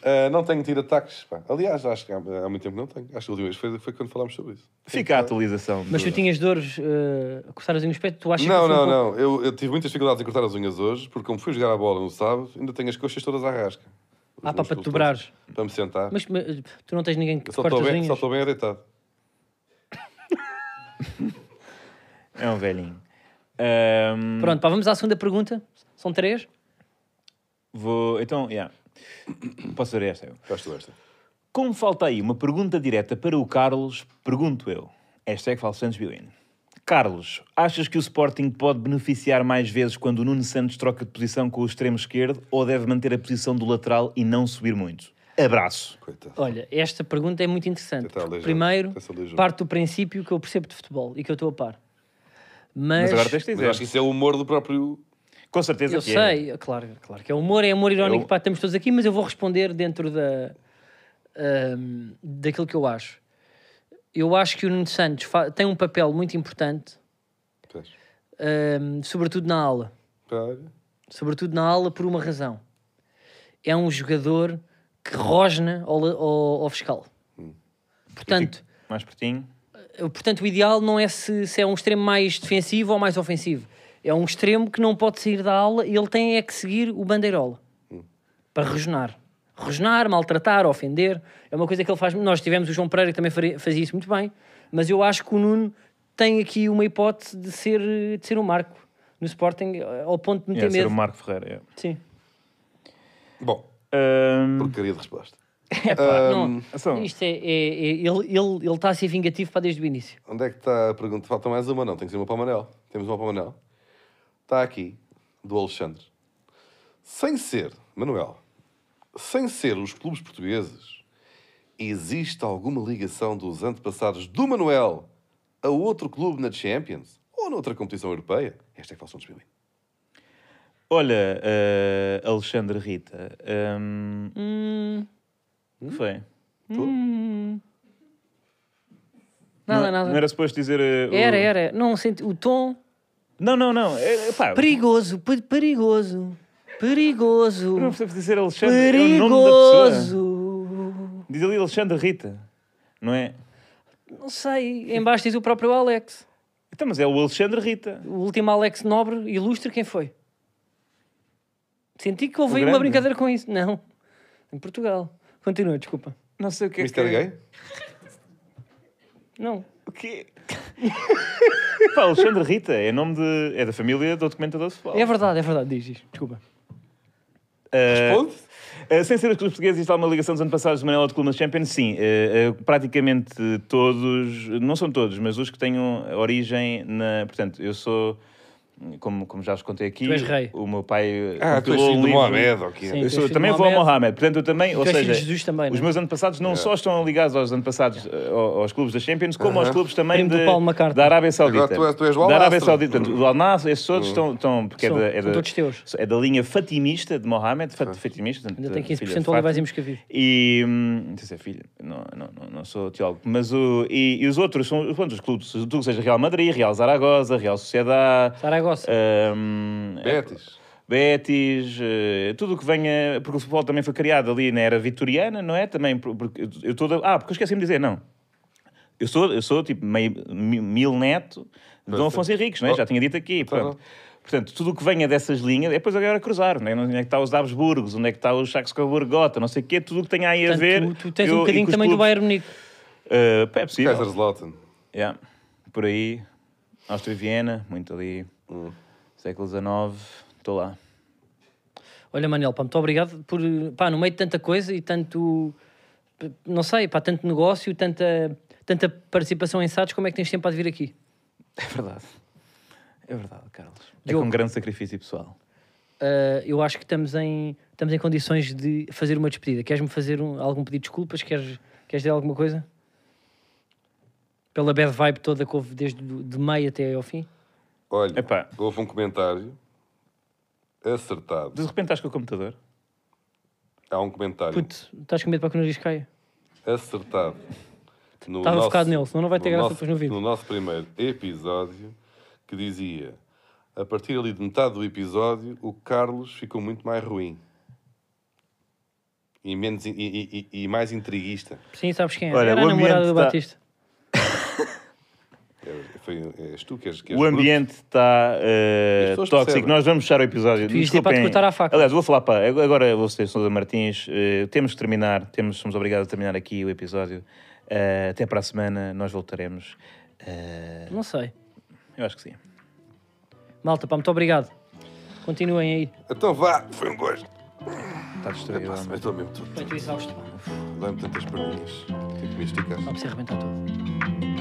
Ah, não tenho tido ataques. Pá. Aliás, acho que há, há muito tempo que não tenho. Acho que a última vez foi, foi quando falámos sobre isso.
Fica a atualização.
Mas tu tinhas dores eh, a cortar as unhas dos pés? Tu achas
não,
que foi um
não,
pouco-
não. Eu, eu tive muitas dificuldades em cortar as unhas hoje, porque como fui jogar a bola no sábado, ainda tenho as coxas todas à rasca. Os
Ah, pá,
músculos
para te
todos.
dobrares.
Para me sentar.
Mas, mas, tu não tens ninguém que
Eu
te
só
corte
estou
as
bem, só
unhas?
estou bem a deitado.
É um velhinho. Ahm,
Pronto, pá, vamos à segunda pergunta. São três.
Vou. Então, yeah. Posso fazer esta? eu?
Gosto desta.
Como falta aí uma pergunta direta para o Carlos, pergunto eu. Esta é que fala Santos Bilin. Carlos, achas que o Sporting pode beneficiar mais vezes quando o Nuno Santos troca de posição com o extremo esquerdo ou deve manter a posição do lateral e não subir muito? Abraço.
Coitado.
Olha, esta pergunta é muito interessante.
Tenta
porque
aleijão,
primeiro,
tenta aleijão.
parte do princípio que eu percebo de futebol e que eu estou a par. Mas,
Mas agora tens de
Mas eu acho que isso
dizer.
é o humor do próprio.
Com certeza
eu
que é.
sei, claro, claro que é humor, é humor irónico,
Eu-
pá, estamos todos aqui, mas eu vou responder dentro da, ahm, daquilo que eu acho. Eu acho que o Nuno Santos fa- tem um papel muito importante,
Pois.
ahm, sobretudo na aula.
Pá,
sobretudo na aula, por uma razão. É um jogador que rosna ao, la- ao- ao fiscal. Portanto,
Mais pertinho.
eh, portanto, o ideal não é se, se é um extremo mais defensivo ou mais ofensivo. É um extremo que não pode sair da aula e ele tem é que seguir o bandeirola para rosnar. Rosnar, maltratar, ofender. É uma coisa que ele faz. Nós tivemos o João Pereira que também faria- fazia isso muito bem, mas eu acho que o Nuno tem aqui uma hipótese de ser, eh, de ser um marco no Sporting eh, ao ponto de
É,
meter
ser
medo.
o Marco Ferreira.
Sim.
Bom,
É. Ahm,
porcaria de resposta.
Não,
são-
isto é, é- é- ele está ele, ele tá a ser vingativo para desde o início.
Onde é que está a pergunta? Falta mais uma, não? Tem que ser uma para o Manel. Temos uma para o Manel. Está aqui, do Alexandre. Sem ser, Manuel, sem ser os clubes portugueses, existe alguma ligação dos antepassados do Manuel a outro clube na Champions ou noutra competição europeia? Esta é que façam dos mil.
Olha, eh, Alexandre Rita. ehm,
Hum.
o que foi?
Nada,
não, é-
nada.
Não era suposto dizer. eh, o-
Era, era. Não, senti, o tom
Não, não, não. É, pá,
perigoso, pe- perigoso, perigoso,
Não precisas dizer Alexandre. É o nome da pessoa.
perigoso.
Diz ali Alexandre Rita. Não é?
Não sei. Embaixo diz o próprio Alex.
Então, mas é o Alexandre Rita.
O último Alex Nobre ilustre quem foi? Senti que
O
houve aí
Um grande?
uma brincadeira com isso. Não. Em Portugal. Continua, desculpa.
Não sei o que é
Mr.
que.
Gay?
Não.
O quê? Pá, Alexandre Rita é nome de. é da família do documentador de futebol.
É verdade, é verdade, diz, diz. Desculpa.
Ah,
Ponto?
Uh, sem ser os clubes portugueses, isto há uma ligação dos anos passados de Manela de Clube na Champions, sim. Uh, uh, praticamente todos, não são todos, mas os que tenham origem na... Portanto, eu sou, como, como já vos contei aqui...
Tu és rei.
O meu pai...
Ah, tu és
compilou um
filho do
livro-
Mohamed, ok.
Sim.
Eu
Tu és
sou,
filho de
também vou ao
Mohamed.
Mohamed, portanto eu também, ou
és
seja,
filho de Jesus também,
os
não é?
meus antepassados não só estão ligados aos antepassados eh, ao- aos clubes da Champions, como aos clubes também
Primo do
de-
Paulo McCartney.
da Arábia Saudita.
Agora tu és- tu és do Uhum. Al
da Arábia
Nassr.
Saudita, portanto, do Al Nassr, esses todos estão, estão- porque
São-
é, da, é
são
da-
todos teus.
é da linha fatimista de Mohamed, fat, fatimista.
Ainda
portanto,
tem
filha de
15% de
Fátima.
olivais em Moscavide.
E hum, não sei se é filho, não, não, não, não sou teólogo, mas o, e, e os outros são pronto, os clubes, o que seja Real Madrid, Real Zaragoza, Real Sociedade,
Saragossa.
Eh, hum,
Betis.
Betis, eh, tudo o que venha, porque o futebol também foi criado ali na era vitoriana, não é? Também por- porque eu- eu estou ah, porque eu esqueci-me de dizer, não. Eu sou, eu sou tipo meio, mi- mil neto de Dom Afonso Henriques, não é?
Oh.
Já tinha dito aqui, pronto.
bom.
Portanto, tudo o que venha dessas linhas, é depois agora cruzar, não é? Onde é que está os Habsburgos, onde é que está os Saxe-Coburgota, não sei o quê, tudo o que tenha aí a
Portanto,
ver.
tu, tu tens
eu-
um
e
bocadinho
com os
também do
clubes.
Bayern Munique.
Eh, pá, é possível.
Kaiser Zlatan.
Yeah. Por aí, Áustria e Viena, muito ali,
Hum.
século XIX, estou lá.
Olha, Manel, pá, muito obrigado por, pá, no meio de tanta coisa e tanto, não sei, pá, tanto negócio, tanta, tanta participação em SATs, como é que tens tempo para vir aqui?
É verdade. É verdade, Carlos. É
Diogo.
com grande sacrifício pessoal.
Ah, eu acho que estamos em, estamos em condições de fazer uma despedida. Queres-me fazer um- algum pedido de desculpas? Queres, queres dizer alguma coisa? Pela bad vibe toda que houve desde do- de meio até ao fim?
Olha,
Epá.
houve um comentário acertado.
De repente estás com o computador?
Há um comentário
Puto, estás com medo para que o nariz caia?
acertado. No
Estava focado um nele, senão não vai ter graça
nosso,
depois no vídeo.
No nosso primeiro episódio, que dizia... A partir ali de metade do episódio, o Carlos ficou muito mais ruim. E, menos, in- e- e- e mais intriguista.
Sim, sabes quem é?
Olha,
Era
o
a
ambiente
namorada do
está-
Batista.
É, foi, és tu que és, que és
O
bruto.
ambiente está eh,
As pessoas
tóxico.
percebem.
Nós vamos fechar o episódio.
Tu ias ter para te
Desculpem.
cortar à faca.
Aliás, vou falar para. Agora vou ser Sousa Martins. eh, temos que terminar. Temos, somos obrigados a terminar aqui o episódio. Eh, até para a semana. Nós voltaremos. Eh,
Não sei.
eu acho que sim.
Malta, pá, muito obrigado. Continuem aí.
Então vá, foi um gosto.
Está destruído.
Pá, mas estou mesmo tudo.
Estou exausto, pá.
Dói-me tantas perninhas. Tenho que me esticar.
Dá para se arrebentar todo.
Thank